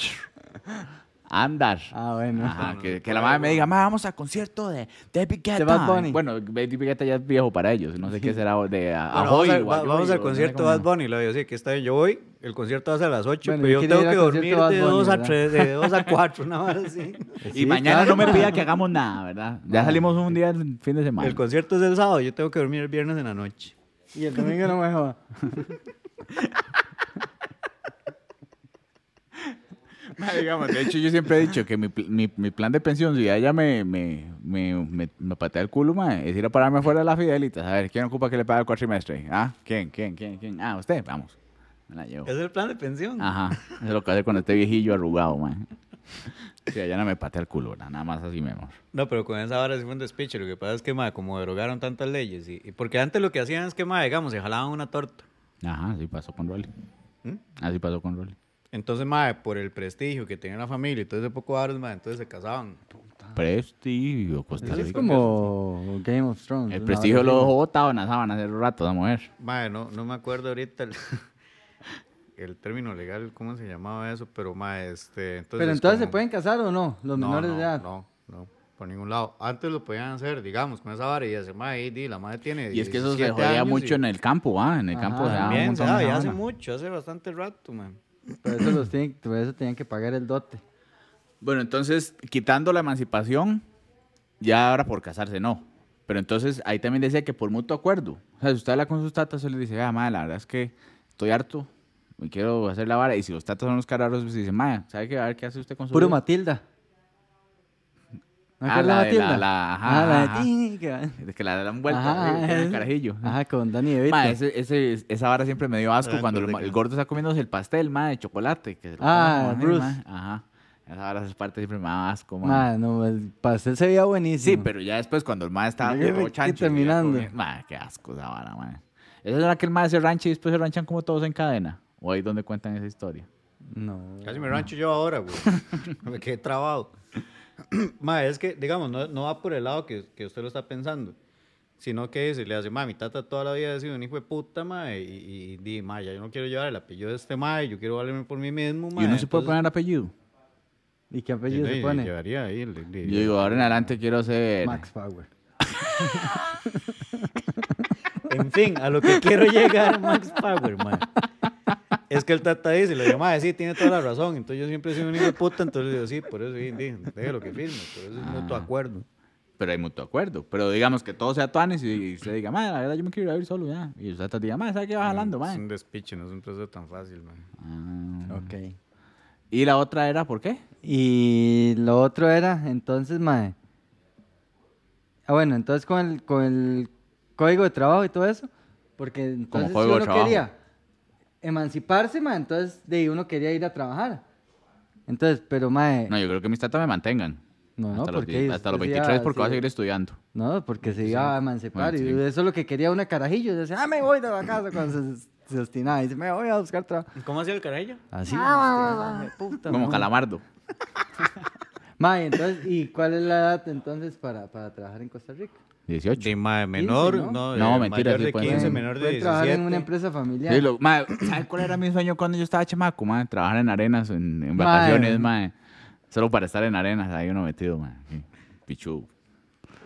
[SPEAKER 1] Andar.
[SPEAKER 3] Ah, bueno.
[SPEAKER 1] Ajá, que, que la madre me diga, "Ma, vamos al concierto de David Guetta.
[SPEAKER 3] Bad Bunny.
[SPEAKER 1] Bueno, David Guetta ya es viejo para ellos. No sé qué será de a-
[SPEAKER 2] Bueno,
[SPEAKER 1] Ahoy
[SPEAKER 2] vamos, al-
[SPEAKER 1] o
[SPEAKER 2] va-
[SPEAKER 1] Ayoy
[SPEAKER 2] vamos
[SPEAKER 1] o
[SPEAKER 2] al
[SPEAKER 1] no sé
[SPEAKER 2] concierto
[SPEAKER 1] cómo se
[SPEAKER 2] Bad
[SPEAKER 1] llama.
[SPEAKER 2] Bunny, lo digo, sí, que está bien, yo voy, el concierto hace a las 8,
[SPEAKER 3] Bueno, yo
[SPEAKER 2] pero yo
[SPEAKER 3] quiero
[SPEAKER 2] tengo
[SPEAKER 3] ir
[SPEAKER 2] que
[SPEAKER 3] al concierto
[SPEAKER 2] dormir
[SPEAKER 3] Bad
[SPEAKER 2] de
[SPEAKER 3] Bunny,
[SPEAKER 2] 2 a
[SPEAKER 3] ¿verdad?
[SPEAKER 2] 3, de 2 a 4, una hora así.
[SPEAKER 1] Y
[SPEAKER 3] Sí,
[SPEAKER 1] mañana
[SPEAKER 3] claro,
[SPEAKER 1] no me
[SPEAKER 3] ma.
[SPEAKER 1] pida que hagamos nada, ¿verdad? Ya salimos un día el fin de semana.
[SPEAKER 2] El concierto es el sábado, yo tengo que dormir el viernes en la noche.
[SPEAKER 3] Y el domingo no me joda.
[SPEAKER 1] Ma, digamos, de hecho, yo siempre he dicho que mi, pl- mi- mi plan de pensión, si ella me, me, me, me- me patea el culo, ma, es ir a pararme afuera de la Fidelitas. A ver, ¿quién ocupa que le pague el cuatrimestre? ¿Ah? ¿Quién? ¿Quién? ¿Quién? ¿Quién? Ah, usted, vamos. Me la llevo.
[SPEAKER 2] Es el plan de pensión.
[SPEAKER 1] Ajá. Eso es lo que hace cuando esté viejillo arrugado, man. Si ella no me patea el culo, ¿verdad? Nada más así, mi amor.
[SPEAKER 2] No, pero con esa hora sí fue un despiche. Lo que pasa es que, ma, como derogaron tantas leyes. Y, y porque antes lo que hacían es que, ma, digamos, se jalaban una torta.
[SPEAKER 1] Ajá, así pasó con Rolly.
[SPEAKER 2] ¿Mm?
[SPEAKER 1] Así pasó con Rolly.
[SPEAKER 2] Entonces, ma, por el prestigio que tenía la familia y todo ese poco de horas, ma, entonces se casaban. Ah.
[SPEAKER 1] Prestigio, Costa
[SPEAKER 3] Eso es
[SPEAKER 1] Rica.
[SPEAKER 3] como Game of Thrones.
[SPEAKER 1] El
[SPEAKER 3] una
[SPEAKER 1] prestigio
[SPEAKER 3] hora
[SPEAKER 1] lo
[SPEAKER 3] así.
[SPEAKER 1] dejó botado en la sábana hace rato, la mujer.
[SPEAKER 2] Ma, no, no me acuerdo ahorita el, el término legal, cómo se llamaba eso, pero, ma, este... Entonces,
[SPEAKER 3] Pero entonces, ¿se
[SPEAKER 2] como-
[SPEAKER 3] pueden casar o no? Los
[SPEAKER 2] No,
[SPEAKER 3] menores
[SPEAKER 2] no,
[SPEAKER 3] de edad.
[SPEAKER 2] No, no, por ningún lado. Antes lo podían hacer, digamos, con esa vara y ese, ma, ahí, di, la madre tiene
[SPEAKER 1] Y es que eso se
[SPEAKER 2] 17
[SPEAKER 1] jodía
[SPEAKER 2] años
[SPEAKER 1] mucho
[SPEAKER 2] y-
[SPEAKER 1] en el campo, ¿ah? En el
[SPEAKER 3] Ajá.
[SPEAKER 1] campo se daba un
[SPEAKER 2] También, se
[SPEAKER 1] montón
[SPEAKER 2] daba,
[SPEAKER 1] esa
[SPEAKER 2] ya hace
[SPEAKER 1] vara.
[SPEAKER 2] mucho, hace bastante rato, ma.
[SPEAKER 3] Por eso, los tienen, por eso tenían que pagar el dote.
[SPEAKER 1] Bueno, entonces, quitando la emancipación, ya ahora por casarse no. Pero entonces ahí también decía que por mutuo acuerdo. O sea, si usted habla con sus tatas, se le dice, ah, madre, la verdad es que estoy harto, me quiero hacer la vara. Y si los tatas son los cararos, pues dice, madre, ¿sabe qué? A ver qué hace usted con su
[SPEAKER 3] Puro
[SPEAKER 1] vida?".
[SPEAKER 3] Matilda. ¿No
[SPEAKER 1] Ah,
[SPEAKER 3] acuerdas
[SPEAKER 1] la
[SPEAKER 3] la,
[SPEAKER 1] de la-
[SPEAKER 3] tienda?
[SPEAKER 1] la- ajá,
[SPEAKER 3] ah, la de
[SPEAKER 1] ajá.
[SPEAKER 3] ti, que va-
[SPEAKER 1] Es que la dan vuelta,
[SPEAKER 3] Ajá,
[SPEAKER 1] eh, era
[SPEAKER 3] es-
[SPEAKER 1] carajillo.
[SPEAKER 3] Ajá, con Dani Evita.
[SPEAKER 1] Ma, ese- ese- esa vara siempre me dio asco
[SPEAKER 2] Ah,
[SPEAKER 1] cuando el,
[SPEAKER 2] entonces,
[SPEAKER 1] ma- el
[SPEAKER 2] ¿qué?
[SPEAKER 1] gordo está comiéndose el pastel, ma, de chocolate. Que se lo
[SPEAKER 3] Ah,
[SPEAKER 1] come como,
[SPEAKER 3] Bruce.
[SPEAKER 1] ma, Ajá. Esa vara, esa parte siempre me daba asco, ma.
[SPEAKER 3] Ma, no, el pastel se veía
[SPEAKER 1] Sí,
[SPEAKER 3] buenísimo.
[SPEAKER 1] pero ya después cuando el ma estaba
[SPEAKER 3] Yo me
[SPEAKER 1] todo
[SPEAKER 3] quedé
[SPEAKER 1] chancho. y ya
[SPEAKER 3] terminando.
[SPEAKER 1] comía- Ma, qué asco esa vara, ma. Esa es la que el ma se rancha y después se ranchan como todos en cadena. O ahí es donde cuentan esa historia.
[SPEAKER 3] No.
[SPEAKER 2] Casi me rancho yo ahora, güey. me quedé trabado. ma, es que, digamos, no, no va por el lado que, que usted lo está pensando. Sino que se le hace, ma, mi tata toda la vida ha sido un hijo de puta, ma, y, y, y di, ma, ya yo no quiero llevar el apellido de este ma, yo quiero valerme por mí mismo, ma.
[SPEAKER 1] y uno se puede
[SPEAKER 2] entonces-
[SPEAKER 1] poner apellido.
[SPEAKER 3] ¿Y qué
[SPEAKER 2] Sí,
[SPEAKER 3] apellido
[SPEAKER 2] no,
[SPEAKER 3] se
[SPEAKER 2] y-
[SPEAKER 3] pone?
[SPEAKER 2] y Llevaría ahí el- el-
[SPEAKER 1] Yo digo, ahora en adelante quiero ser...
[SPEAKER 3] Max Power.
[SPEAKER 2] En fin, a lo que quiero llegar, Max Power, man. Es que el tata dice, le digo, madre, sí, tiene toda la razón. Entonces yo siempre he sido un hijo de puta, entonces le digo, sí, por eso, sí, di, deje lo que firme, por eso no
[SPEAKER 1] Ah.
[SPEAKER 2] tu acuerdo.
[SPEAKER 1] Pero hay mutuo acuerdo. Pero digamos que todo sea tuanes y, y usted diga, ma, la verdad yo me quiero ir a vivir solo ya. Y usted te diga, ma, ¿sabes qué vas jalando, ma?
[SPEAKER 2] Es un despiche, no es un proceso tan fácil, man.
[SPEAKER 1] Ah.
[SPEAKER 3] Ok.
[SPEAKER 1] Y la otra era, ¿por qué?
[SPEAKER 3] Y lo otro era, entonces, mae. Ah, bueno, entonces con el, con el código de trabajo y todo eso, porque entonces si
[SPEAKER 1] código de
[SPEAKER 3] uno
[SPEAKER 1] trabajo.
[SPEAKER 3] quería emanciparse, mae, entonces de ahí uno quería ir a trabajar. Entonces, pero mae,
[SPEAKER 1] No, yo creo que mis tatas me mantengan.
[SPEAKER 3] No, no,
[SPEAKER 1] hasta los,
[SPEAKER 3] porque
[SPEAKER 1] die-
[SPEAKER 3] ellos-
[SPEAKER 1] hasta los
[SPEAKER 3] decía,
[SPEAKER 1] 23 porque voy a
[SPEAKER 3] sí.
[SPEAKER 1] seguir estudiando.
[SPEAKER 3] no, porque se iba a emancipar
[SPEAKER 1] Bueno,
[SPEAKER 3] y
[SPEAKER 1] sí.
[SPEAKER 3] eso es lo que quería una carajillo, decía, ah, me voy de la casa cuando se, se obstinaba, dice, me voy a buscar trabajo. Ah,
[SPEAKER 2] ¿Cómo hacía el carello?
[SPEAKER 3] Así, mae, puta,
[SPEAKER 1] Como
[SPEAKER 3] mae.
[SPEAKER 1] calamardo.
[SPEAKER 3] Mae, entonces, ¿y cuál es la edad entonces para, para trabajar en Costa Rica?
[SPEAKER 1] 18.
[SPEAKER 2] De ma- menor, no,
[SPEAKER 3] 15,
[SPEAKER 1] ¿no?
[SPEAKER 2] de
[SPEAKER 1] No, mentira,
[SPEAKER 2] mayor
[SPEAKER 1] sí
[SPEAKER 2] de
[SPEAKER 1] pueden-
[SPEAKER 2] 15,
[SPEAKER 1] pueden-
[SPEAKER 2] menor de
[SPEAKER 3] Pueden trabajar
[SPEAKER 2] 17.
[SPEAKER 3] en una empresa familiar.
[SPEAKER 1] Sí, lo- ma, ¿Sabes cuál era mi sueño cuando yo estaba chamaco, ma? Trabajar en arenas, en, en
[SPEAKER 3] Ma.
[SPEAKER 1] vacaciones, ma. Solo para estar en arenas, ahí uno metido, ma. Sí, Pichu.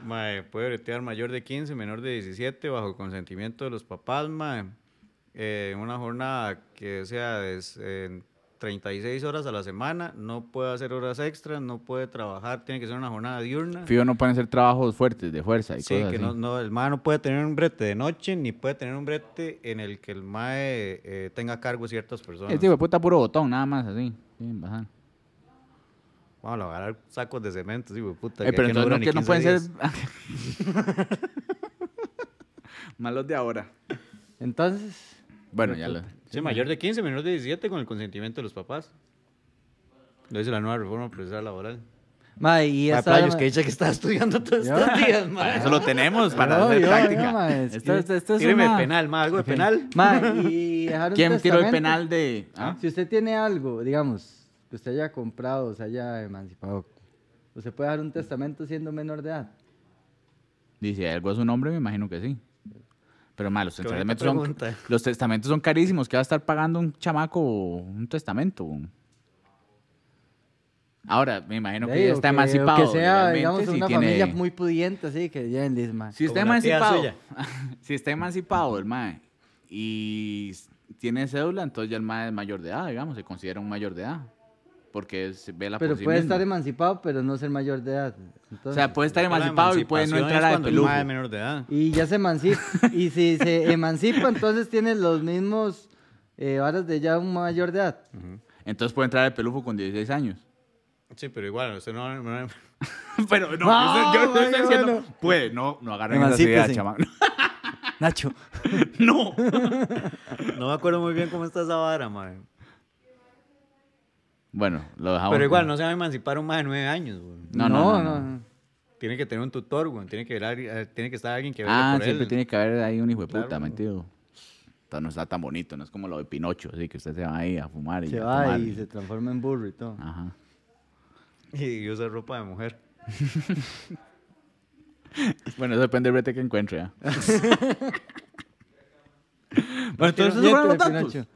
[SPEAKER 2] Mae, puede bretear mayor de 15, menor de 17, bajo consentimiento de los papás, mae. Eh, en una jornada que sea de s- en 36 horas a la semana, no puede hacer horas extras, no puede trabajar, tiene que ser una jornada diurna.
[SPEAKER 1] Fijo, no pueden ser trabajos fuertes, de fuerza y
[SPEAKER 2] Sí,
[SPEAKER 1] cosas
[SPEAKER 2] que
[SPEAKER 1] así.
[SPEAKER 2] no, no, el mae no puede tener un brete de noche, ni puede tener un brete en el que el mae eh, tenga a cargo ciertas personas.
[SPEAKER 1] Este hijo de puta puro botón, nada más, así. Sí, bajando.
[SPEAKER 2] Vamos a agarrar sacos de cemento, sí, güey, puta.
[SPEAKER 1] Eh,
[SPEAKER 2] que
[SPEAKER 1] pero
[SPEAKER 2] aquí
[SPEAKER 1] entonces
[SPEAKER 2] dura
[SPEAKER 1] no,
[SPEAKER 2] ni
[SPEAKER 1] que no
[SPEAKER 2] 15
[SPEAKER 1] pueden ser...
[SPEAKER 2] días.
[SPEAKER 1] Malos de ahora.
[SPEAKER 3] Entonces,
[SPEAKER 1] Bueno, ya lo...
[SPEAKER 2] Sí, mayor de 15, menor de 17 con el consentimiento de los papás. Lo dice la nueva reforma procesal laboral.
[SPEAKER 3] mae, y
[SPEAKER 2] Mae,
[SPEAKER 3] esa
[SPEAKER 2] Playos,
[SPEAKER 3] ma-
[SPEAKER 2] que dice que está estudiando todos
[SPEAKER 3] Yo-
[SPEAKER 2] estos días,
[SPEAKER 1] Para
[SPEAKER 2] mae.
[SPEAKER 1] eso lo tenemos, para
[SPEAKER 3] No,
[SPEAKER 1] hacer
[SPEAKER 3] yo- yo,
[SPEAKER 1] práctica.
[SPEAKER 3] ma, es
[SPEAKER 1] esto,
[SPEAKER 3] que-
[SPEAKER 1] esto- esto es
[SPEAKER 2] Tíreme
[SPEAKER 1] una-
[SPEAKER 2] de penal, mae, algo de penal.
[SPEAKER 3] mae, y dejar un
[SPEAKER 1] ¿Quién tiró el
[SPEAKER 3] testamento.
[SPEAKER 1] penal de...? ah?
[SPEAKER 3] Si usted tiene algo, digamos, que usted haya comprado, se haya emancipado, ¿usted puede dejar un testamento siendo menor de edad?
[SPEAKER 1] Dice, algo es un hombre, me imagino que sí. Pero mal, los
[SPEAKER 2] Qué bonita
[SPEAKER 1] testamentos, son,
[SPEAKER 2] pregunta.
[SPEAKER 1] los testamentos son carísimos. ¿Qué va a estar pagando un chamaco un testamento? Ahora, me imagino que
[SPEAKER 3] Ey,
[SPEAKER 1] ya
[SPEAKER 3] o
[SPEAKER 1] está
[SPEAKER 3] que- o
[SPEAKER 1] emancipado.
[SPEAKER 3] Que sea,
[SPEAKER 1] legalmente,
[SPEAKER 3] digamos,
[SPEAKER 1] si
[SPEAKER 3] una
[SPEAKER 1] tiene-
[SPEAKER 3] familia muy pudiente, así que ya en Lisma.
[SPEAKER 1] Si está
[SPEAKER 2] Como la tía
[SPEAKER 1] emancipado,
[SPEAKER 2] suya.
[SPEAKER 1] si está emancipado el mae y s- tiene cédula, entonces ya el mae es mayor de edad, digamos, se considera un mayor de edad. Porque se ve la
[SPEAKER 3] Pero puede estar emancipado, pero no ser mayor de edad.
[SPEAKER 1] O
[SPEAKER 3] Entonces-
[SPEAKER 1] sea, pues- puede estar
[SPEAKER 2] La
[SPEAKER 1] emancipado y puede no
[SPEAKER 2] emancipación
[SPEAKER 1] entrar
[SPEAKER 2] es
[SPEAKER 1] a de
[SPEAKER 2] cuando el mae
[SPEAKER 1] pelujo.
[SPEAKER 2] es menor de edad.
[SPEAKER 3] Y ya se emancipa. y si se emancipa, entonces tiene los mismos eh, varas de ya un mayor de edad.
[SPEAKER 1] Entonces puede entrar de pelujo con 16 años.
[SPEAKER 2] Sí, pero igual, usted no, no-
[SPEAKER 1] Pero no,
[SPEAKER 3] No,
[SPEAKER 1] yo, estoy- yo no estoy
[SPEAKER 3] bueno,
[SPEAKER 1] diciendo,
[SPEAKER 3] bueno.
[SPEAKER 1] puede, no, no agarren esa
[SPEAKER 3] Emancípese.
[SPEAKER 1] idea, chamán.
[SPEAKER 3] Nacho.
[SPEAKER 1] No.
[SPEAKER 2] no me acuerdo muy bien cómo está esa vara, mae.
[SPEAKER 1] Ah, Bueno, lo dejamos.
[SPEAKER 2] Pero igual, no se va a emancipar un mae de 9 años, güey.
[SPEAKER 1] No, no, no,
[SPEAKER 2] Tiene que tener un tutor, güey. Tiene que, velar- eh, tiene que estar alguien que vele
[SPEAKER 1] Ah,
[SPEAKER 2] por
[SPEAKER 1] siempre
[SPEAKER 2] él.
[SPEAKER 1] tiene que haber ahí un hijo de puta,
[SPEAKER 2] Claro.
[SPEAKER 1] mentido. Entonces no está tan bonito, no es como lo de Pinocho, así que usted se va ahí a fumar y
[SPEAKER 3] Se
[SPEAKER 1] a
[SPEAKER 3] va
[SPEAKER 1] tomar.
[SPEAKER 3] y se transforma en burro y todo.
[SPEAKER 1] Ajá.
[SPEAKER 2] Y usa ropa de mujer.
[SPEAKER 1] Bueno, eso depende del brete que encuentre, ¿ah? bueno,
[SPEAKER 3] Pero
[SPEAKER 1] entonces esos
[SPEAKER 3] miente
[SPEAKER 1] fueron los
[SPEAKER 3] de
[SPEAKER 1] datos.
[SPEAKER 3] Pinocho.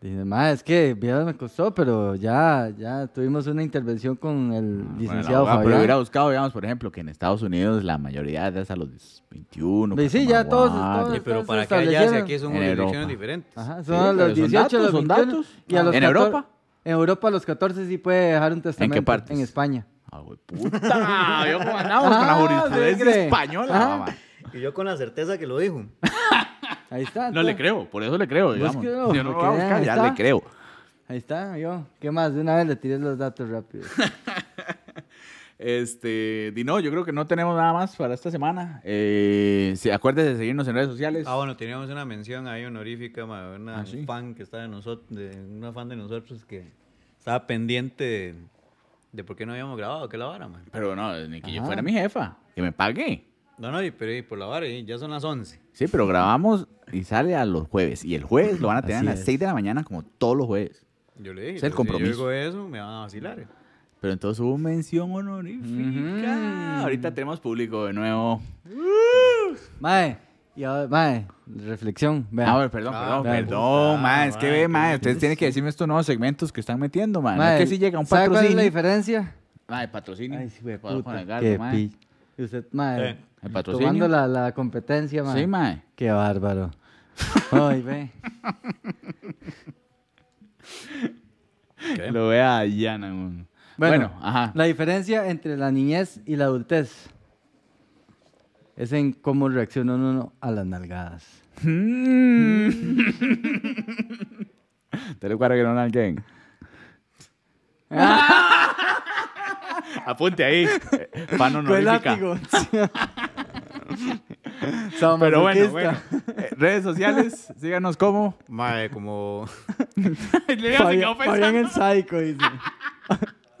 [SPEAKER 3] Dice, ma, es que vieras me costó, pero ya, ya tuvimos una intervención con
[SPEAKER 1] Ah,
[SPEAKER 3] el
[SPEAKER 1] Bueno, la
[SPEAKER 3] licenciado
[SPEAKER 1] abogada, pero hubiera
[SPEAKER 3] Fabián.
[SPEAKER 1] buscado, digamos, por ejemplo, que en Estados Unidos la mayoría es hasta los 21.
[SPEAKER 3] Ve, Pues sí,
[SPEAKER 1] pasa
[SPEAKER 3] ya
[SPEAKER 1] más
[SPEAKER 3] todos-
[SPEAKER 1] guardia.
[SPEAKER 3] todos-
[SPEAKER 2] Sí, pero
[SPEAKER 3] Pues
[SPEAKER 2] para
[SPEAKER 3] Entonces,
[SPEAKER 2] que allá, si
[SPEAKER 3] establecieron-
[SPEAKER 2] aquí son
[SPEAKER 1] En
[SPEAKER 2] jurisdicciones
[SPEAKER 1] Europa.
[SPEAKER 2] diferentes.
[SPEAKER 3] Ajá,
[SPEAKER 1] Sí,
[SPEAKER 3] son a
[SPEAKER 1] pero
[SPEAKER 3] los
[SPEAKER 1] son
[SPEAKER 3] 18, a los
[SPEAKER 1] datos, son
[SPEAKER 3] 21.
[SPEAKER 1] datos.
[SPEAKER 3] Y a los
[SPEAKER 1] ¿En
[SPEAKER 3] 14
[SPEAKER 1] Europa?
[SPEAKER 3] En Europa a los 14 sí puede dejar un testamento.
[SPEAKER 1] partes?
[SPEAKER 3] En España.
[SPEAKER 1] Ah, güey, puta. Yo como andamos con la
[SPEAKER 3] Ah,
[SPEAKER 1] jurisprudencia
[SPEAKER 3] ¿cree?
[SPEAKER 1] española,
[SPEAKER 3] Ajá.
[SPEAKER 1] mamá.
[SPEAKER 2] Y yo con la certeza que lo dijo.
[SPEAKER 3] Ahí está.
[SPEAKER 1] No le
[SPEAKER 3] entonces.
[SPEAKER 1] creo, por eso le creo, digamos.
[SPEAKER 3] Búsquelo,
[SPEAKER 1] Yo no lo
[SPEAKER 3] porque
[SPEAKER 1] voy a buscar,
[SPEAKER 3] ahí
[SPEAKER 1] ya
[SPEAKER 3] está.
[SPEAKER 1] le creo.
[SPEAKER 3] Ahí está, yo. ¿Qué más? De una vez le tiré los datos rápido.
[SPEAKER 1] Este, Dino, yo creo que no tenemos nada más para esta semana. Eh, sí, acuérdense de seguirnos en redes sociales.
[SPEAKER 2] Ah, bueno, teníamos una mención ahí honorífica, ma, una
[SPEAKER 1] Ah, sí.
[SPEAKER 2] un fan que está de nosotros, una fan de nosotros que estaba pendiente de, de por qué no habíamos grabado, que la vara, man.
[SPEAKER 1] Pero no, ni que yo
[SPEAKER 3] Ajá.
[SPEAKER 1] fuera mi jefa, que me pague.
[SPEAKER 2] No, no, y- pero y por la vara, y ya son las 11.
[SPEAKER 1] Sí, pero grabamos y sale a los jueves. Y el jueves lo van a tener
[SPEAKER 3] Así
[SPEAKER 1] a las
[SPEAKER 3] es.
[SPEAKER 1] 6 de la mañana, como todos los jueves.
[SPEAKER 2] Yo le dije,
[SPEAKER 1] Es el
[SPEAKER 2] pues,
[SPEAKER 1] compromiso.
[SPEAKER 2] Si yo digo eso, me van a vacilar.
[SPEAKER 1] Pero entonces hubo mención honorífica.
[SPEAKER 3] Ujú.
[SPEAKER 1] Ahorita tenemos público de nuevo.
[SPEAKER 3] Mae, y ahora, mae, reflexión. vea.
[SPEAKER 1] Ah, bueno, perdón,
[SPEAKER 2] Ah,
[SPEAKER 1] perdón,
[SPEAKER 3] vea.
[SPEAKER 1] perdón,
[SPEAKER 2] Ah,
[SPEAKER 1] ma, Es que
[SPEAKER 2] ma,
[SPEAKER 1] ve,
[SPEAKER 2] qué
[SPEAKER 1] ma, ustedes
[SPEAKER 2] difícil.
[SPEAKER 1] tienen que decirme estos nuevos segmentos que están metiendo, ma. No
[SPEAKER 3] Mae,
[SPEAKER 1] es que si llega un
[SPEAKER 3] ¿sabe cuál es la
[SPEAKER 1] patrocinio.
[SPEAKER 3] diferencia?
[SPEAKER 1] Ma, el patrocinio.
[SPEAKER 3] güey,
[SPEAKER 1] Para Juan Edgardo,
[SPEAKER 3] Qué
[SPEAKER 1] ma.
[SPEAKER 3] pi- Y usted, mae,
[SPEAKER 2] Eh,
[SPEAKER 1] el patrocinio.
[SPEAKER 3] tomando la, la competencia, mae.
[SPEAKER 1] Sí, ma.
[SPEAKER 3] Qué bárbaro. Ay, ve.
[SPEAKER 2] ¿Qué?
[SPEAKER 1] Lo vea a Diana, Bueno, bueno, ajá.
[SPEAKER 3] La diferencia entre la niñez y la adultez es en cómo reacciona uno a las nalgadas.
[SPEAKER 1] Te lo cuadro que no alguien. Apunte ahí. Pan honorífica. Pero bueno, bueno. Eh, Redes sociales, síganos como.
[SPEAKER 2] Mae, como...
[SPEAKER 1] Leo se quedó
[SPEAKER 3] Fabián Fabián
[SPEAKER 1] pensando.
[SPEAKER 3] el sádico, dice.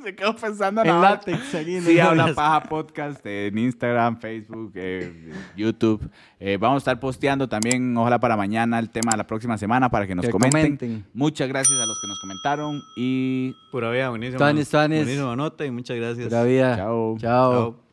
[SPEAKER 1] Se quedó pensando en
[SPEAKER 3] en
[SPEAKER 1] la
[SPEAKER 3] látex, aquí en
[SPEAKER 1] Sí,
[SPEAKER 3] las
[SPEAKER 1] habla
[SPEAKER 3] nalgas.
[SPEAKER 1] paja podcast en Instagram, Facebook, eh, YouTube. Eh, vamos a estar posteando también, ojalá para mañana, el tema de la próxima semana para que nos
[SPEAKER 3] Que
[SPEAKER 1] comenten.
[SPEAKER 3] comenten.
[SPEAKER 1] Muchas gracias a los que nos comentaron y
[SPEAKER 2] Pura vida, buenísimo.
[SPEAKER 3] Tuanis, tuanis.
[SPEAKER 2] Buenísima nota y muchas gracias.
[SPEAKER 3] Pura vida.
[SPEAKER 1] Chao.
[SPEAKER 3] Chao.
[SPEAKER 2] Chao.